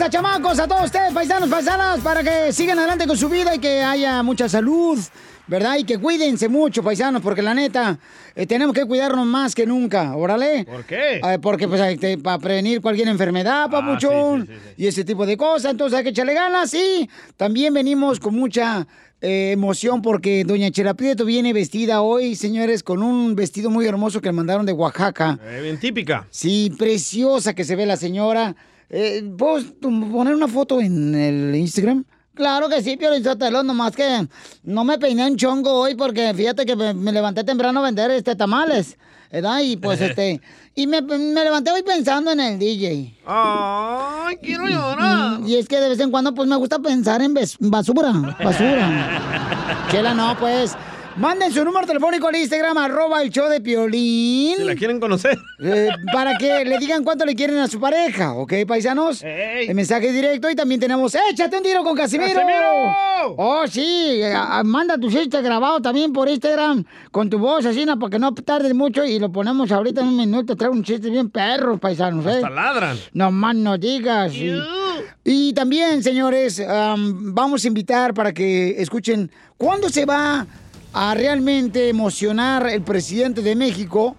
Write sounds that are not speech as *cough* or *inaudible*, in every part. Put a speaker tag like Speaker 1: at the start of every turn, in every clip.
Speaker 1: a todos ustedes, paisanos, paisanas, para que sigan adelante con su vida y que haya mucha salud, ¿verdad? Y que cuídense mucho, paisanos, porque la neta, eh, tenemos que cuidarnos más que nunca, órale.
Speaker 2: ¿Por qué? Ah,
Speaker 1: Eh, porque pues, este, para prevenir cualquier enfermedad, papuchón,
Speaker 2: sí, sí, sí,
Speaker 1: y ese tipo de cosas, entonces hay que echarle ganas y también venimos con mucha... eh, emoción porque doña Chela Prieto viene vestida hoy, señores, con un vestido muy hermoso que le mandaron de Oaxaca.
Speaker 2: Eh, bien típica.
Speaker 1: Sí, preciosa que se ve la señora. Eh, ¿Puedo tu- poner una foto en el Instagram? Claro que sí, Piolín Sotelo, nomás que no me peiné en chongo hoy porque fíjate que me, me levanté temprano a vender este tamales, ¿verdad? Y pues este, y me, me levanté hoy pensando en el DJ.
Speaker 2: Ay, quiero llorar.
Speaker 1: Y es que de vez en cuando pues me gusta pensar en bes- basura, basura. Chela, no, pues. Manden su número telefónico al Instagram, arroba el show de Piolín.
Speaker 2: Si la quieren conocer.
Speaker 1: Eh, para que le digan cuánto le quieren a su pareja, ¿ok, paisanos?
Speaker 2: Ey.
Speaker 1: El mensaje directo y también tenemos, échate un tiro con Casimiro.
Speaker 2: ¡Casimiro!
Speaker 1: Oh, sí, eh, a- manda tus chistes grabados también por Instagram con tu voz, Asina, para que no tardes mucho y lo ponemos ahorita en un minuto. Trae un chiste bien perro, paisanos, ¿eh?
Speaker 2: Hasta ladran.
Speaker 1: No más no digas. Y, y también, señores, am, vamos a invitar para que escuchen cuándo se va a realmente emocionar el presidente de México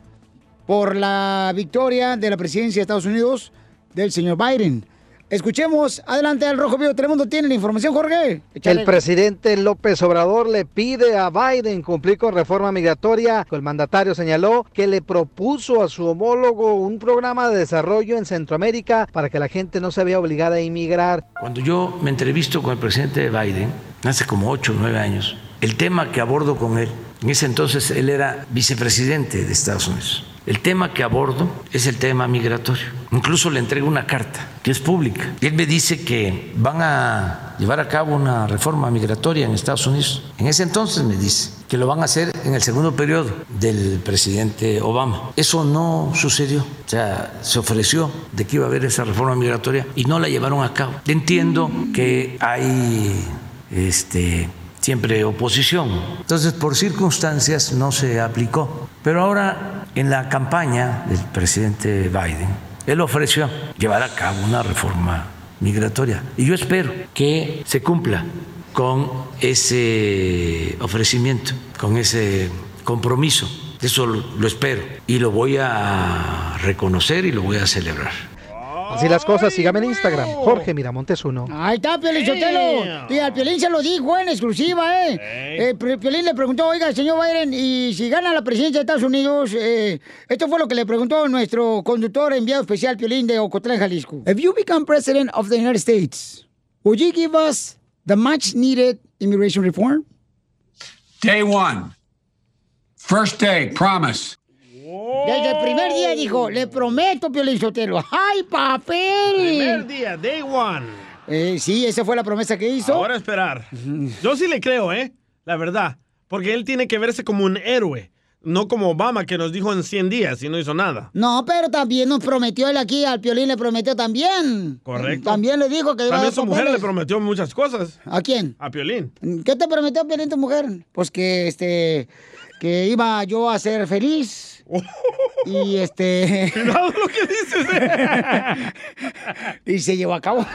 Speaker 1: por la victoria de la presidencia de Estados Unidos del señor Biden. Escuchemos, adelante al Rojo Vivo de Telemundo, tiene la información, Jorge. Échale.
Speaker 3: El presidente López Obrador le pide a Biden cumplir con reforma migratoria. El mandatario señaló que le propuso a su homólogo un programa de desarrollo en Centroamérica para que la gente no se vea obligada a emigrar.
Speaker 4: Cuando yo me entrevisto con el presidente Biden, hace como 8 o 9 años, el tema que abordo con él, en ese entonces él era vicepresidente de Estados Unidos, el tema que abordo es el tema migratorio. Incluso le entrego una carta que es pública. Y él me dice que van a llevar a cabo una reforma migratoria en Estados Unidos. En ese entonces me dice que lo van a hacer en el segundo periodo del presidente Obama. Eso no sucedió. O sea, se ofreció de que iba a haber esa reforma migratoria y no la llevaron a cabo. Entiendo que hay este, siempre oposición. Entonces, por circunstancias no se aplicó. Pero ahora, en la campaña del presidente Biden, él ofreció llevar a cabo una reforma migratoria. Y yo espero que se cumpla con ese ofrecimiento, con ese compromiso. Eso lo, lo espero y lo voy a reconocer y lo voy a celebrar.
Speaker 3: Así las cosas, sígame en Instagram, Jorge Miramontes uno.
Speaker 1: Ahí está, Piolín Sotelo. Y al Piolín se lo dijo en exclusiva, ¿eh? Eh, Pri- Piolín le preguntó, oiga, señor Biden, y si gana la presidencia de Estados Unidos, eh, esto fue lo que le preguntó nuestro conductor enviado especial, Piolín, de Ocotlán, Jalisco. If you become president of the United States, would you give us the much needed immigration reform?
Speaker 5: Day one. First day, promise.
Speaker 1: Desde el primer
Speaker 2: Oh.
Speaker 1: día dijo, le prometo, Piolín Sotelo. ¡Ay, papel!
Speaker 2: Primer día, day one.
Speaker 1: Eh, sí, esa fue la promesa que hizo.
Speaker 2: Ahora a esperar. Yo sí le creo, ¿eh? La verdad. Porque él tiene que verse como un héroe. No como Obama, que nos dijo en 100 días y no hizo nada.
Speaker 1: No, pero también nos prometió él aquí, al Piolín le prometió también.
Speaker 2: Correcto.
Speaker 1: También le dijo que iba a dar
Speaker 2: También su mujer le
Speaker 1: papeles.
Speaker 2: prometió muchas cosas
Speaker 1: ¿A quién?
Speaker 2: a Piolín.
Speaker 1: ¿Qué te prometió Piolín tu mujer? Pues que, este, que iba yo a ser
Speaker 2: *laughs*
Speaker 1: feliz. Y este,
Speaker 2: Cuidado lo *laughs* que dices. ¿eh?
Speaker 1: *laughs* y se llevó a cabo.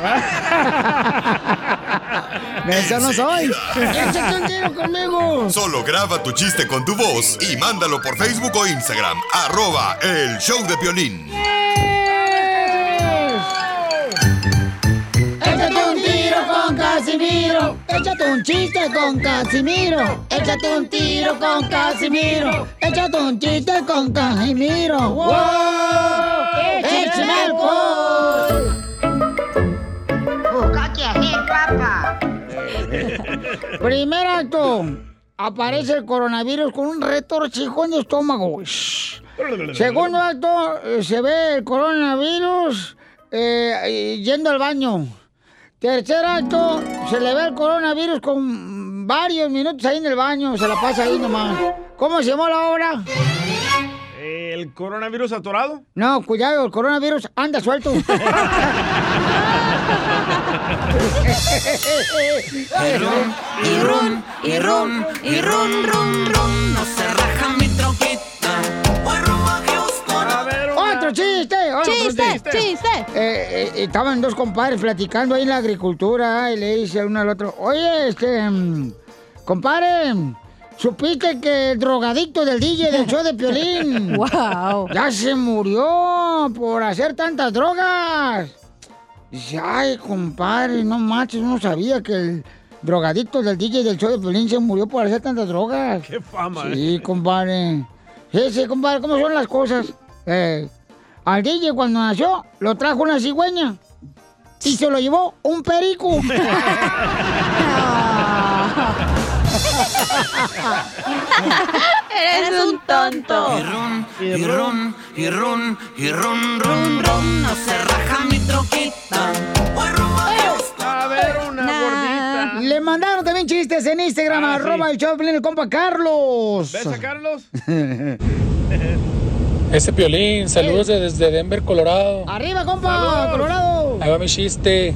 Speaker 1: De Eso no soy. Échate un tiro conmigo.
Speaker 6: Solo graba tu chiste con tu voz y mándalo por Facebook o Instagram. Arroba el show de violín.
Speaker 1: Échate un tiro con Casimiro. Échate un chiste con Casimiro. Échate un tiro con Casimiro. Échate un chiste con Casimiro. ¡Wow! ¡Échame alcohol!
Speaker 7: Busca qué hacer, papá.
Speaker 1: Primer acto. Aparece el coronavirus con un retorcijón de estómago. Shh. Segundo acto, eh, se ve el coronavirus eh, eh, yendo al baño. Tercer acto, se le ve el coronavirus con varios minutos ahí en el baño, se la pasa ahí nomás. ¿Cómo se llamó la obra?
Speaker 2: ¿El coronavirus atorado?
Speaker 1: No, cuidado, el coronavirus anda suelto.
Speaker 8: Y rum, y rum, y rum, rum, rum. No se raja mi troquita. Voy rumbo a Houston.
Speaker 2: A ver,
Speaker 1: ¡Otro chiste! ¡Otro
Speaker 2: Chiste.
Speaker 1: ¡Chiste! Eh, eh, estaban dos compadres platicando ahí en la agricultura y le dice uno al otro, oye, este, mm, compadre, supiste que el drogadicto del DJ del show de Piolín
Speaker 8: Guau.
Speaker 1: ya se murió por hacer tantas drogas. Dice, ay, compadre, no manches, no sabía que el drogadicto del DJ del show de Piolín se murió por hacer tantas drogas.
Speaker 2: Qué fama,
Speaker 1: Sí,
Speaker 2: eh.
Speaker 1: compadre. Sí, sí, compadre, ¿cómo son las cosas? Eh, al DJ cuando nació, lo trajo una cigüeña. Y se lo llevó
Speaker 2: *laughs*
Speaker 1: un perico.
Speaker 8: *laughs* Eres un tonto.
Speaker 7: Y ron, y ron, y ron, ron, ron, no se raja mi troquita.
Speaker 2: A ver, una gordita.
Speaker 1: Le mandaron también chistes en Instagram,
Speaker 2: Ah, sí.
Speaker 1: arroba el Choplin, el compa Carlos.
Speaker 2: ¿Ves a Carlos?
Speaker 9: *laughs* Ese piolín, saludos desde Denver, Colorado.
Speaker 1: Arriba, compa, Colorado.
Speaker 9: Ahí va mi chiste.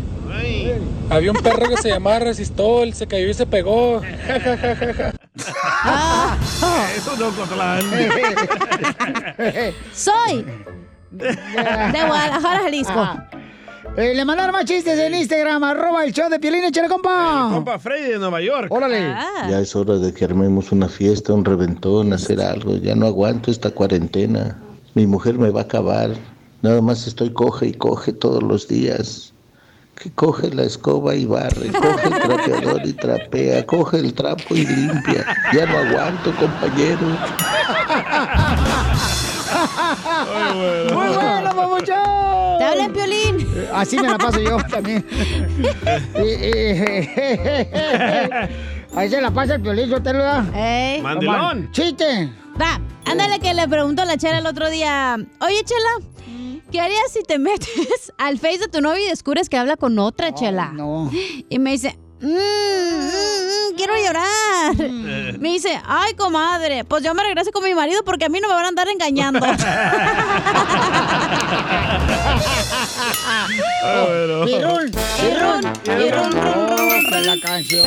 Speaker 9: Había un perro que se llamaba Resistol, se cayó y se pegó. Ja, ja, ja, ja, ja.
Speaker 2: Eso no Cotlán.
Speaker 10: Soy de Guadalajara, Jalisco.
Speaker 1: Ah. Eh, le mandaron más chistes en Instagram, arroba el show de Piolín, échale, compa.
Speaker 2: Compa Freddy de Nueva York. Ah.
Speaker 1: Órale.
Speaker 11: Ya es hora de que armemos una fiesta, un reventón, hacer algo. Ya no aguanto esta cuarentena. Mi mujer me va a acabar. Nada más estoy coge y *laughs* coge todos los días. Que coge la escoba y barre, coge el trapeador y trapea, coge el trapo y limpia. Ya no aguanto, compañero.
Speaker 1: Muy bueno, papuchón.
Speaker 10: ¡Te hablan, Piolín!
Speaker 1: Así me la paso
Speaker 2: *laughs*
Speaker 1: yo también. eh, Y- y- eh, Ahí se la pasa el Piolín, yo te lo da.
Speaker 10: ¡Ey!
Speaker 2: Mandelón.
Speaker 1: ¿ah? Chiste.
Speaker 10: Va, ándale que le preguntó a la Chela el otro día. Oye,
Speaker 1: Mm.
Speaker 10: Chela, ¿qué harías si te *laughs* metes al Face de tu novio y descubres que habla con otra Chela?
Speaker 1: No.
Speaker 10: *gasps* Y me dice, "Mm, mm, mm, quiero
Speaker 1: Mm.
Speaker 10: llorar. *laughs* Me dice, ay, comadre, pues yo me regreso con mi marido porque a mí no me van a andar engañando.
Speaker 1: *laughs* Pirul, pirul, pirul, la canción.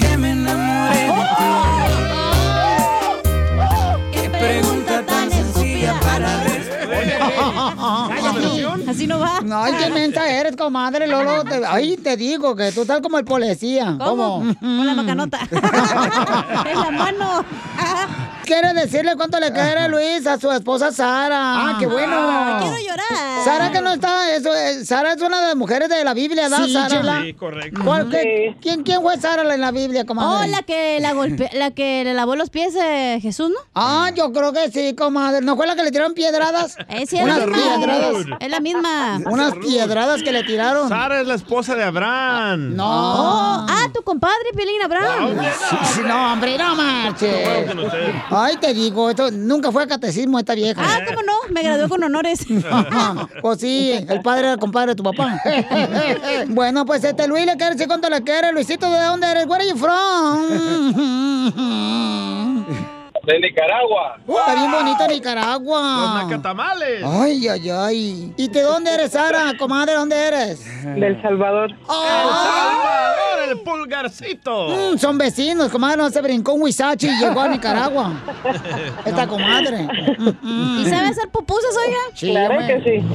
Speaker 8: ¡Qué pregunta tan sencilla para
Speaker 10: *laughs*
Speaker 8: responder!
Speaker 10: Así no va.
Speaker 1: No, ay, qué menta eres, comadre, Lolo. Te- Ay, te digo que tú estás como el policía.
Speaker 10: ¿Cómo?
Speaker 1: Con la *laughs*
Speaker 10: macanota. en la mano.
Speaker 1: Quiere decirle cuánto le quiere Luis a su esposa Sara. Ah, qué bueno.
Speaker 10: quiero llorar.
Speaker 1: Sara que no está, eso, eh, Sara es una de las mujeres de la Biblia, ¿da,
Speaker 10: Sí,
Speaker 1: Sara?
Speaker 10: chela.
Speaker 2: Sí, correcto.
Speaker 1: ¿Cuál- qué- quién, ¿Quién fue Sara en la Biblia,
Speaker 10: Oh,
Speaker 1: comadre?
Speaker 10: la que,
Speaker 1: *laughs*
Speaker 10: la, golpe, la que le lavó los pies eh, Jesús, ¿no?
Speaker 1: Ah, yo creo que sí, comadre. ¿No fue la que le tiraron piedradas?
Speaker 10: *laughs* Es sí, es la
Speaker 1: Unas
Speaker 10: misma.
Speaker 1: piedradas.
Speaker 10: Es la misma.
Speaker 1: Unas piedradas que le tiraron. Ah,
Speaker 2: Sara es la esposa de Abraham.
Speaker 10: Oh, ah, tu compadre, Piolín Abraham.
Speaker 2: Ah,
Speaker 1: Sí, sí, no, hombre, no marches.
Speaker 2: Con usted.
Speaker 1: Ay, te digo, esto nunca fue a catecismo esta vieja.
Speaker 10: Ah, ¿cómo no? Me gradué
Speaker 1: *laughs*
Speaker 10: con honores.
Speaker 1: pues sí, el padre era el compadre de tu
Speaker 10: *laughs*
Speaker 1: papá. bueno, pues este Luis le quiere decir cuánto le quiere. Luisito, ¿de dónde eres? Where are you
Speaker 2: *laughs*
Speaker 1: from?
Speaker 12: De Nicaragua.
Speaker 1: Está bien bonito Nicaragua.
Speaker 2: Los nacatamales.
Speaker 1: Ay, ay, ay. ¿Y de dónde eres, Sara? Comadre, ¿dónde eres?
Speaker 12: Del Salvador.
Speaker 2: Salvador, el pulgarcito.
Speaker 1: Ah. Mm, son vecinos, comadre. No se brincó un huizachi y llegó a Nicaragua.
Speaker 2: *laughs*
Speaker 1: Esta comadre.
Speaker 10: ¿Y sabe hacer pupusas, oiga? Ah.
Speaker 1: Sí, Claro hombre.
Speaker 12: que sí.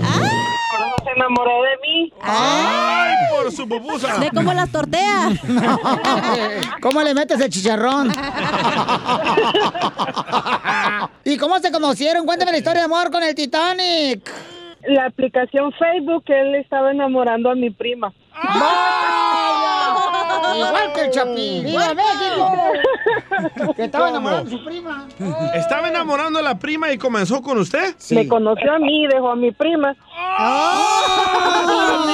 Speaker 12: se enamoró de mí.
Speaker 2: Ay, por su pupusa.
Speaker 10: Ve cómo
Speaker 1: *laughs*
Speaker 10: las tortea.
Speaker 1: ¿Cómo le metes el chicharrón? *laughs* ¿Y cómo se conocieron? Cuéntame la historia de amor con el Titanic.
Speaker 13: La aplicación Facebook, él estaba enamorando a mi prima.
Speaker 1: ¡Ah! Igual que el Chapín. ¡Viva México! Que estaba
Speaker 2: ¿Cómo?
Speaker 1: enamorado de su *laughs* prima.
Speaker 2: ¿Estaba enamorando a la prima y comenzó con usted?
Speaker 13: Me conoció a mí, dejó a mi prima.
Speaker 1: ¡Oh!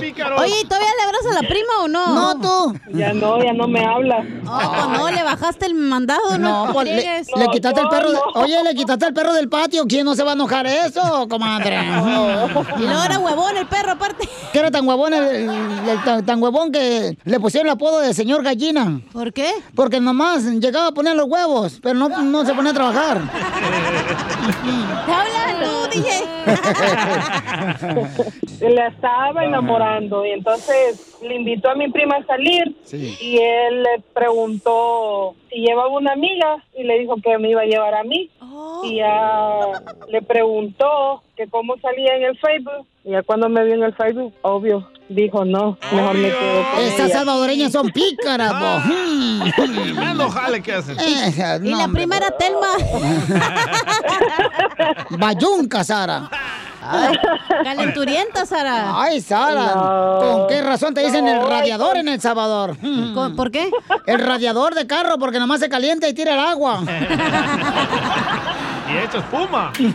Speaker 1: pícaro.
Speaker 10: Oye, ¿y todavía le abras a la prima o no?
Speaker 1: No, tú.
Speaker 12: Ya no, ya no me hablas.
Speaker 10: Oh, no, le bajaste el mandado, no,
Speaker 1: No, pues le,
Speaker 10: friegues.
Speaker 1: le quitaste el perro. de- Oye, le quitaste el perro del patio. ¿Quién no se va a enojar eso, comadre?
Speaker 10: Y luego era huevón el perro, aparte.
Speaker 1: Que era tan huevón, el- el- el tan, tan huevón que le pusieron el apodo de señor gallina.
Speaker 10: ¿Por qué?
Speaker 1: Porque nomás llegaba a poner los huevos, pero no, no se ponía a trabajar.
Speaker 10: Te hablan
Speaker 12: *laughs*
Speaker 10: tú, DJ.
Speaker 12: Le estaba enamorando y entonces le invitó a mi prima a salir
Speaker 1: Sí.
Speaker 12: y él le preguntó si llevaba una amiga y le dijo que me iba a llevar a mí y ya le preguntó que cómo salía en el Facebook y ya cuando me vio en el Facebook, obvio, dijo no, mejor me quedo con
Speaker 1: Estas
Speaker 12: ella".
Speaker 1: salvadoreñas son pícaras, Hmm. po.
Speaker 2: Menos jale que hacen.
Speaker 1: Eh,
Speaker 10: *laughs* Y
Speaker 1: no,
Speaker 10: la
Speaker 1: hombre.
Speaker 10: prima era
Speaker 1: *laughs*
Speaker 10: Telma.
Speaker 1: Bayunca, Sara.
Speaker 10: Ay, Calenturienta, Sara.
Speaker 1: Ay, Sara, ¿con qué razón te dicen el radiador en El Salvador? Hmm.
Speaker 10: ¿Por qué?
Speaker 1: El radiador de carro, porque nomás se calienta y tira el agua.
Speaker 2: Y esto es puma.
Speaker 1: y,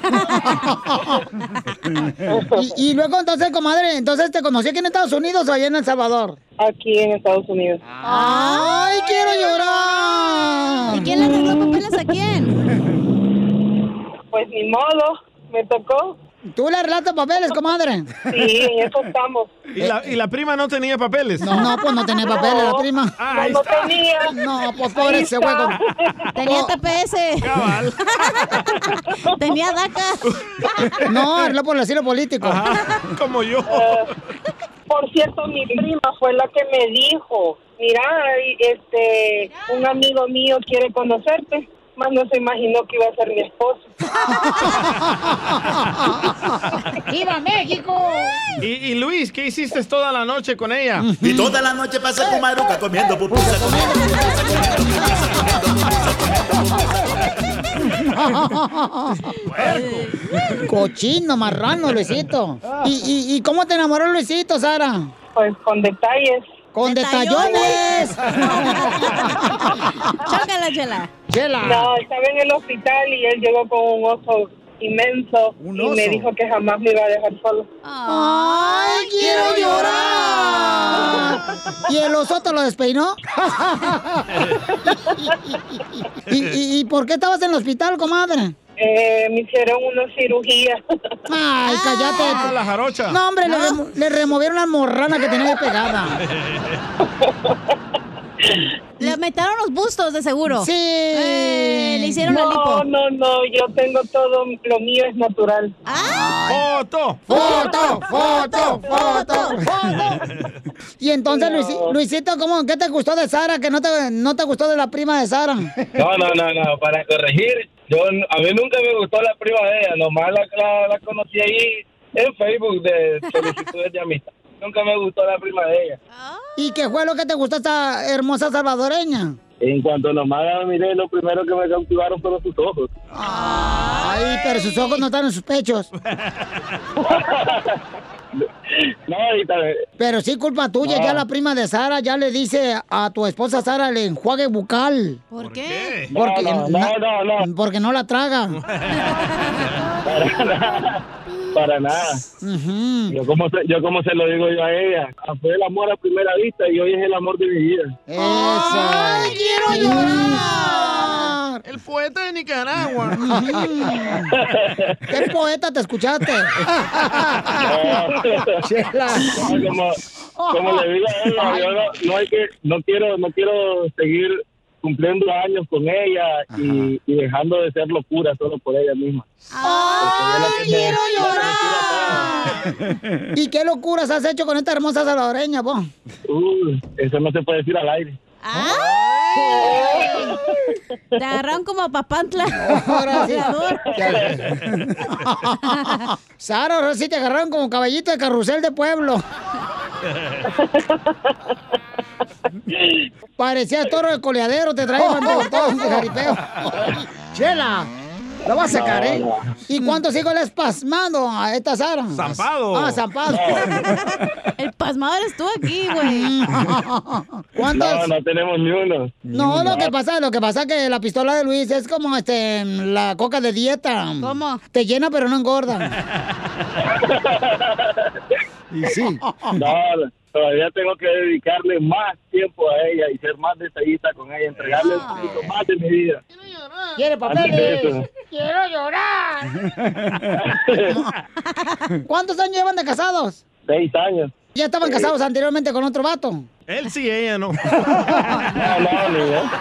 Speaker 1: y luego entonces, comadre, entonces te conocí aquí en Estados Unidos o allá en El Salvador. Ah.
Speaker 12: Aquí en Estados Unidos.
Speaker 1: ¡Ay, quiero llorar!
Speaker 10: ¿Y quién le arregló papeles a quién?
Speaker 12: Pues ni modo, me tocó.
Speaker 1: ¿Tú le arreglaste papeles, comadre? Eh,
Speaker 12: Sí, en eso estamos.
Speaker 2: ¿Y la, y la prima no tenía papeles.
Speaker 1: No, no, pues no tenía papeles la prima.
Speaker 2: Ah, ahí No, no está. tenía.
Speaker 1: No,
Speaker 2: *laughs*
Speaker 1: pues pobre
Speaker 2: Ahí
Speaker 1: ese
Speaker 2: está.
Speaker 1: hueco.
Speaker 10: Tenía
Speaker 1: Oh.
Speaker 10: TPS. *laughs* Tenía DACA.
Speaker 1: No, habló por el asilo político. *laughs*
Speaker 2: como yo.
Speaker 12: Eh, Por cierto, mi prima fue la que me dijo, mira, este, un amigo mío quiere conocerte, más no se imaginó que iba a ser mi esposo.
Speaker 1: ¡Viva México!
Speaker 2: Y, y Luis, ¿qué hiciste toda la noche con ella?
Speaker 14: Y toda la noche pasa con Maruca comiendo pupusa, comiendo pupusa, comiendo pupusa,
Speaker 1: Cochino, marrano, Luisito. ¿Y, y, y cómo te enamoró Luisito, Sara?
Speaker 12: Pues con detalles.
Speaker 1: ¡Con detallones!
Speaker 10: *laughs* Chócala, chela.
Speaker 1: Chela.
Speaker 12: No, estaba en el hospital y él llegó con un oso inmenso y me
Speaker 1: oso?
Speaker 12: dijo que jamás me iba a dejar solo.
Speaker 1: ¡Ay, quiero llorar! ¿Y el oso te lo despeinó? ¿Y, y, y por qué estabas en el hospital, comadre?
Speaker 12: Eh, me hicieron una cirugía.
Speaker 1: Ay, cállate.
Speaker 2: Ah, la jarocha.
Speaker 1: No, hombre, Le, remo- le removieron la morrana que tenía ahí pegada.
Speaker 10: Le metieron los bustos, de seguro.
Speaker 1: Sí.
Speaker 10: Eh, le hicieron la
Speaker 12: no,
Speaker 10: lipo.
Speaker 12: No, no, yo tengo todo, lo mío es natural.
Speaker 2: ¡Foto!
Speaker 1: ¡Foto! ¡Foto! ¡Foto! ¡Foto! Y entonces, Luis- Luisito, ¿cómo, ¿qué te gustó de Sara? Que no te, no te gustó de la prima de
Speaker 15: *laughs*
Speaker 1: Sara.
Speaker 15: No, no, no, no, para corregir, yo a mí nunca me gustó la prima de ella, nomás la, la, la conocí ahí en Facebook de solicitudes de amistad. Nunca me gustó la prima de ella.
Speaker 1: ¿Y qué fue lo que te gustó esta hermosa salvadoreña?
Speaker 15: En cuanto nomás la miré, lo primero que me cautivaron fueron sus ojos.
Speaker 1: Ay, pero sus ojos no están en sus pechos.
Speaker 15: No, ahorita,
Speaker 1: Pero sí, culpa tuya,
Speaker 15: Ah.
Speaker 1: ya la prima de Sara ya le dice a tu esposa Sara el enjuague bucal.
Speaker 10: ¿Por qué?
Speaker 1: Porque
Speaker 15: No, no, no,
Speaker 1: Porque no la traga.
Speaker 15: *laughs* para nada, para nada. Yo como se, yo como se lo digo yo a ella, fue el amor a primera vista y hoy es el amor de mi vida.
Speaker 1: ¡Ay, quiero llorar!
Speaker 2: El poeta de Nicaragua.
Speaker 1: ¿Qué poeta te
Speaker 15: *laughs*
Speaker 1: escuchaste? *laughs* Chela.
Speaker 15: No, como, como le digo a ella, yo no, no hay que, no quiero, no quiero seguir cumpliendo años con ella y, y dejando de ser locura solo por ella
Speaker 1: *laughs*
Speaker 15: misma.
Speaker 1: ¡Ay, quiero llorar! ¿Y qué locuras has hecho con esta hermosa salvadoreña, vos?
Speaker 15: Uh, eso no se puede decir al aire.
Speaker 10: Te agarraron como a papantla.
Speaker 1: Ahora
Speaker 10: *laughs*
Speaker 1: sí.
Speaker 10: Boxeador.
Speaker 1: *laughs* Sara, ahora sí te agarraron como caballito de carrusel de
Speaker 10: *laughs*
Speaker 1: pueblo. Parecía toro de coleadero, te traían por todo un jaripeo. Chela, la vas a sacar, ¿eh? ¿Y cuántos hijos le has pasmado a esta Sara?
Speaker 2: Zampado.
Speaker 1: Ah, zampado.
Speaker 10: *laughs* El pasmado eres tú aquí,
Speaker 1: *laughs*
Speaker 10: güey.
Speaker 1: ¿Cuántos?
Speaker 15: No, no tenemos ni uno.
Speaker 1: No, lo que pasa, lo que pasa que la pistola de Luis es como este la coca de dieta. ¿Cómo? Te llena pero no engorda. Y sí.
Speaker 15: No, todavía tengo que dedicarle más tiempo a ella y ser más detallista con ella, entregarle
Speaker 1: Ah.
Speaker 15: un poquito más de mi
Speaker 1: *laughs*
Speaker 15: vida.
Speaker 1: ¿Quiere
Speaker 15: Antes de
Speaker 1: papeles?
Speaker 15: eso.
Speaker 1: ¡Quiero llorar! ¿Cuántos años llevan de casados?
Speaker 15: Seis años.
Speaker 1: Ya estaban
Speaker 15: Sí.
Speaker 1: casados anteriormente con otro vato.
Speaker 2: Él sí, ella
Speaker 14: *laughs*
Speaker 2: no.
Speaker 15: No, no, ni idea.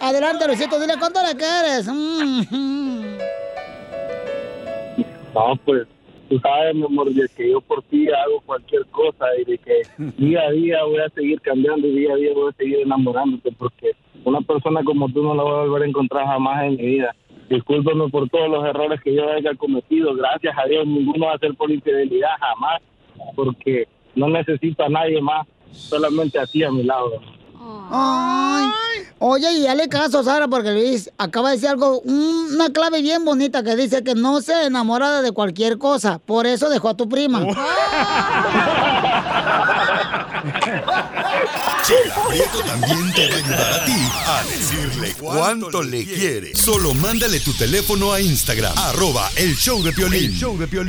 Speaker 1: Adelante, Luisito, dile cuánto le quieres. Mm.
Speaker 15: No, pues tú sabes, mi amor, de que yo por ti hago cualquier cosa y de que día a día voy a seguir cambiando y día a día voy a seguir enamorándote porque una persona como tú no la voy a volver a encontrar jamás en mi vida. Discúlpame por todos los errores que yo haya cometido. Gracias a Dios, ninguno va a ser por infidelidad jamás porque no necesito a nadie más, solamente a ti a mi lado.
Speaker 1: Ay. Oye, y dale caso, Sara, porque Luis acaba de decir algo, un- una clave bien bonita que dice que no se enamora de cualquier cosa. Por eso dejó a tu prima.
Speaker 6: Chela Prieto también te va a ayudar a ti a decirle cuánto le quiere. Solo mándale tu teléfono a Instagram, arroba el show de Piolín.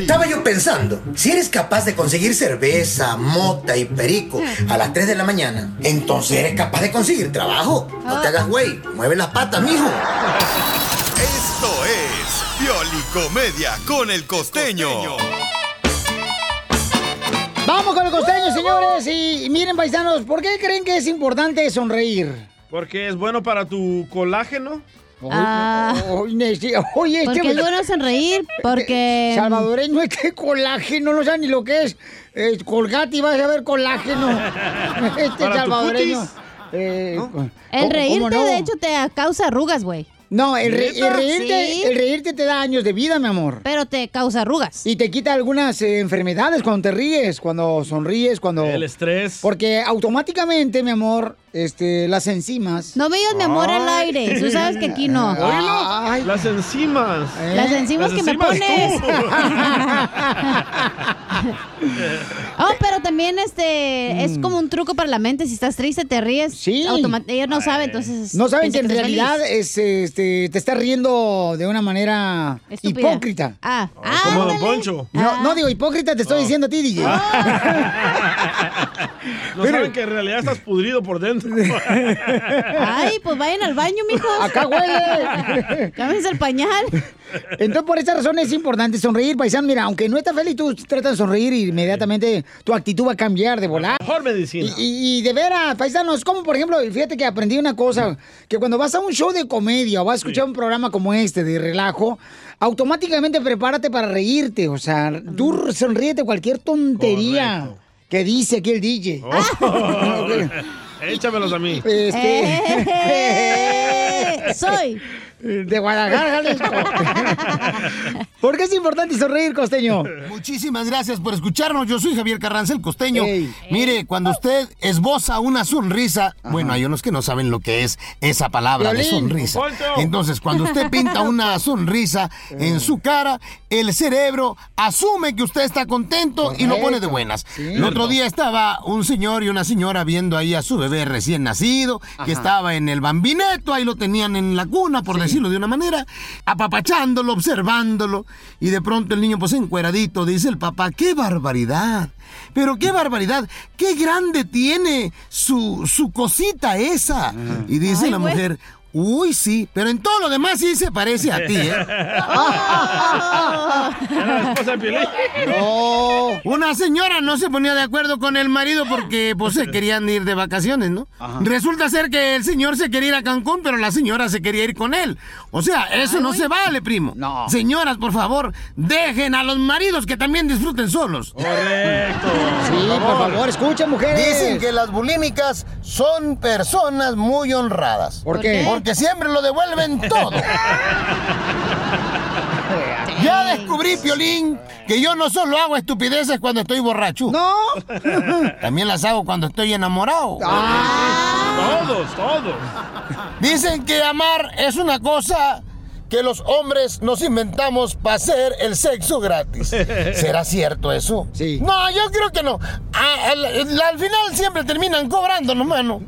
Speaker 16: Estaba yo pensando, si eres capaz de conseguir cerveza, mota y perico a las 3 de la mañana, entonces eres capaz de conseguir trabajo. No te hagas güey, mueve las patas, mijo.
Speaker 6: Esto es Pioli Comedia con el costeño.
Speaker 1: Vamos con el costeño, señores. Y, y miren, paisanos, ¿por qué creen que es importante sonreír?
Speaker 2: Porque es bueno para tu colágeno.
Speaker 1: Oye, oye,
Speaker 10: Ah. Porque
Speaker 1: este-
Speaker 10: es bueno sonreír, porque... mm.
Speaker 1: Salvadoreño, este colágeno, no sabe ni lo que es. Eh, colgate y vas a ver
Speaker 10: *laughs*
Speaker 1: colágeno. Este
Speaker 10: Para tu
Speaker 1: salvadoreño.
Speaker 10: cutis.
Speaker 1: Eh, ¿cómo-
Speaker 10: El
Speaker 1: cómo
Speaker 10: reírte,
Speaker 1: no?
Speaker 10: de hecho, te causa arrugas, güey.
Speaker 1: No, el, re-
Speaker 10: ¿Neta?
Speaker 1: el reírte,
Speaker 10: Sí.
Speaker 1: el reírte te da años de vida, mi amor.
Speaker 10: Pero te causa arrugas.
Speaker 1: Y te quita algunas eh, enfermedades cuando te ríes, cuando sonríes, cuando... El
Speaker 2: estrés.
Speaker 1: Porque automáticamente, mi amor, este, las enzimas...
Speaker 10: No me digas, mi amor, al aire. Tú sabes que aquí
Speaker 1: *laughs*
Speaker 10: no.
Speaker 2: Oílo, Las enzimas.
Speaker 10: Las
Speaker 1: ¿Eh?
Speaker 10: enzimas que me pones. *laughs* oh, pero también este es como un truco para la mente. Si estás triste, te ríes.
Speaker 1: Mm. Sí.
Speaker 10: automa- Ella no sabe, entonces.
Speaker 1: No saben
Speaker 10: piensa
Speaker 1: que en
Speaker 10: estás
Speaker 1: realidad es,
Speaker 10: feliz.
Speaker 1: este, te estás riendo de una manera
Speaker 10: Estúpida.
Speaker 1: hipócrita.
Speaker 10: Ah, ah,
Speaker 2: Como Don Poncho.
Speaker 1: No, no digo hipócrita, te estoy diciendo a ti, DJ.
Speaker 2: No saben que en realidad estás pudrido por dentro.
Speaker 10: *laughs* Ay, pues vayan al baño,
Speaker 1: *laughs*
Speaker 10: mijo.
Speaker 1: Acá
Speaker 10: *laughs*
Speaker 1: huele.
Speaker 10: Cámbiense el pañal.
Speaker 1: Entonces, por esa razón es importante sonreír, paisano. Mira, aunque no estás feliz, tú tratas de sonreír y inmediatamente tu actitud va a cambiar de volar.
Speaker 2: Mejor medicina.
Speaker 1: Y, y de veras, paisanos, como por ejemplo, fíjate que aprendí una cosa, que cuando vas a un show de comedia o vas a escuchar un programa como este de relajo, automáticamente prepárate para reírte. O sea,
Speaker 2: Mm.
Speaker 1: tú sonríete cualquier tontería que dice aquí el DJ.
Speaker 2: Oh,
Speaker 10: ah.
Speaker 2: *laughs* Échamelos a mí.
Speaker 10: Eh.
Speaker 1: *laughs* Este-
Speaker 10: Soy.
Speaker 1: De Guadalajara, ¿Por qué es importante sonreír, costeño?
Speaker 14: *laughs* Muchísimas gracias por escucharnos. Yo soy Javier Carranza, el costeño. Mire, cuando usted esboza una sonrisa,
Speaker 1: Ah.
Speaker 14: bueno, hay unos que no saben lo que es esa palabra de
Speaker 17: Violín.
Speaker 14: sonrisa.
Speaker 17: Poncho.
Speaker 14: Entonces, cuando
Speaker 17: *laughs*
Speaker 14: usted
Speaker 1: *laughs*
Speaker 14: pinta una sonrisa en su cara, el cerebro asume que usted está contento y lo pone de
Speaker 17: Correcto.
Speaker 14: buenas.
Speaker 17: Sí.
Speaker 14: El otro día estaba un señor y una señora viendo ahí a su bebé recién nacido,
Speaker 17: Ajá.
Speaker 14: que estaba en el bambineto, ahí lo tenían en la cuna, por decirlo de una manera, apapachándolo, observándolo, y de pronto el niño pues encueradito, dice el papá, qué barbaridad, pero qué barbaridad, qué grande tiene su, su cosita esa. Y dice
Speaker 17: Ay,
Speaker 14: la
Speaker 17: güey.
Speaker 14: mujer, uy sí, pero en todo lo demás sí se parece a ti, ¿eh? No. Una señora no se ponía de acuerdo con el marido porque pues se querían ir de vacaciones, ¿no? Resulta ser que el señor se quería ir a Cancún, pero la señora se quería ir con él. O sea, eso no se vale, primo. Señoras, por favor, dejen a los maridos que también disfruten solos.
Speaker 2: Correcto.
Speaker 14: Sí, por favor,
Speaker 1: escuchen, mujeres.
Speaker 17: Dicen que
Speaker 14: las bulímicas
Speaker 17: *laughs*
Speaker 14: son personas muy honradas.
Speaker 17: ¿Por qué?
Speaker 14: Porque siempre lo devuelven
Speaker 17: *laughs*
Speaker 14: todo. Ya descubrí, Piolín, que yo no solo hago estupideces cuando estoy borracho.
Speaker 1: No.
Speaker 14: *laughs* También las hago cuando estoy enamorado.
Speaker 17: Ah.
Speaker 1: Ah.
Speaker 2: Todos, todos.
Speaker 14: Dicen que amar es una cosa que los hombres nos inventamos para hacer el
Speaker 2: *laughs*
Speaker 14: sexo gratis. ¿Será cierto eso? Sí. No, yo creo que no. A- al, al final siempre terminan cobrando, mano.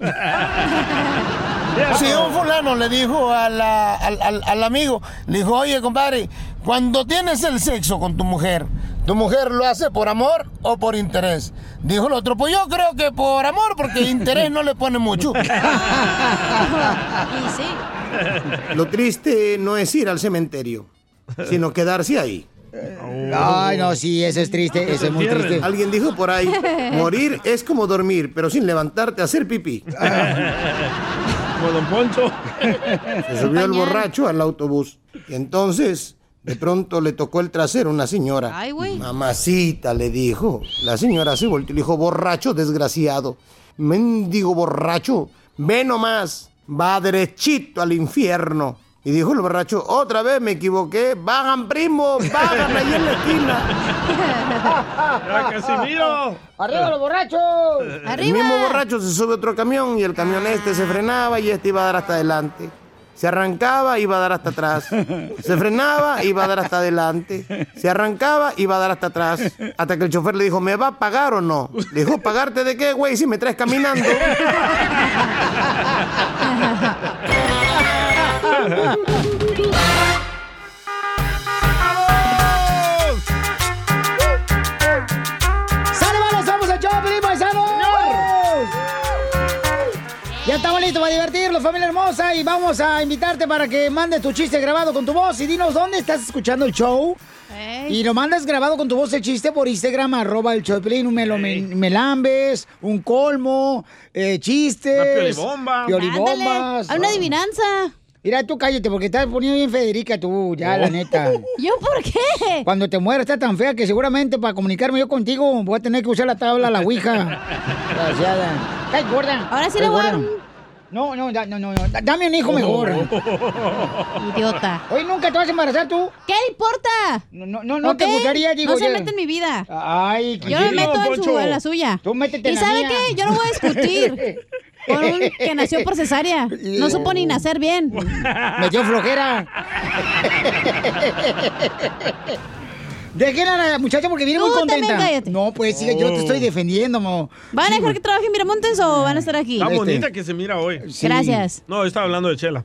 Speaker 14: Si un fulano le dijo a la- al, al- al amigo, le dijo, oye, compadre, cuando tienes el sexo con tu mujer, ¿Tu mujer lo hace por amor o por interés? Dijo el otro, pues yo creo que por amor, porque interés no le pone mucho. *laughs*
Speaker 8: Y sí.
Speaker 14: Lo triste no es ir al cementerio, sino quedarse ahí.
Speaker 1: Ay, no, sí, eso es triste, eso es muy triste.
Speaker 14: Alguien dijo por ahí, morir es como dormir, pero sin levantarte a hacer pipí.
Speaker 2: Como Don Poncho.
Speaker 14: Se subió el borracho al autobús. Y entonces, de pronto le tocó el trasero a una señora.
Speaker 10: Ay, güey.
Speaker 14: Mamacita, le dijo. La señora se volteó y le dijo, borracho desgraciado. Mendigo borracho, ve nomás, va derechito al infierno. Y dijo el borracho, otra vez me equivoqué, bajan primo, bajan ahí en la esquina.
Speaker 2: Casimiro!
Speaker 1: ¡Arriba los borrachos!
Speaker 14: El mismo borracho se sube a otro camión y el camión este se frenaba y este iba a dar hasta adelante. Se arrancaba, iba a dar hasta atrás. Se frenaba, iba a dar hasta adelante. Se arrancaba, iba a dar hasta atrás. Hasta que el chofer le dijo, ¿me va a pagar o no? Le dijo, ¿pagarte de qué, güey, si me traes caminando?
Speaker 1: ¡Sale, vamos! ¡Somos el show, Pelín Paisanos! Ya estamos listos para divertirnos, familia hermosa, y vamos a invitarte para que mandes tu chiste grabado con tu voz y dinos dónde estás escuchando el show. Y lo mandas grabado con tu voz el chiste por Instagram, arroba el show de Piolín, un melo- melambes, un colmo, eh, chistes.
Speaker 10: Una piolibomba.
Speaker 1: Piolibombas.
Speaker 10: Ándale, a una
Speaker 1: adivinanza. Mira, tú cállate, porque estás poniendo bien Federica tú, ya, la neta. ¿Yo por qué? *laughs* Cuando te mueras está tan fea que seguramente para comunicarme yo contigo voy a tener que usar la tabla, la
Speaker 18: *laughs*
Speaker 1: ouija. Desgraciada. Cae gorda.
Speaker 10: Ahora sí
Speaker 1: Cae
Speaker 10: le voy a
Speaker 1: gorda.
Speaker 10: dar
Speaker 1: No, no, da- no, no, no. Da- Dame un hijo
Speaker 2: Oh.
Speaker 1: mejor.
Speaker 2: *laughs*
Speaker 10: Idiota.
Speaker 1: Hoy nunca te vas a embarazar tú.
Speaker 10: ¿Qué importa?
Speaker 1: No, no, no, no te
Speaker 10: ¿Ok?
Speaker 1: gustaría, digo
Speaker 10: No se
Speaker 1: yo.
Speaker 10: mete en mi vida.
Speaker 1: Ay,
Speaker 10: Yo me meto en, su, en la suya.
Speaker 1: Tú métete en
Speaker 10: ¿Y
Speaker 1: la
Speaker 10: sabe
Speaker 1: mía.
Speaker 10: qué? Yo no voy a discutir. Con un que nació por cesárea. No supo ni nacer bien.
Speaker 1: *laughs* Me dio flojera. *laughs* Dejen a la muchacha porque viene
Speaker 10: Tú
Speaker 1: muy
Speaker 10: también
Speaker 1: contenta.
Speaker 10: cállate.
Speaker 1: No, pues sí, yo te estoy defendiendo, mo. pues.
Speaker 10: ¿Van a dejar que trabaje en Miramontes o van a estar aquí?
Speaker 2: Está bonita que se mira hoy.
Speaker 10: Este. Sí. Gracias. Ah.
Speaker 2: No, yo estaba hablando de Chela.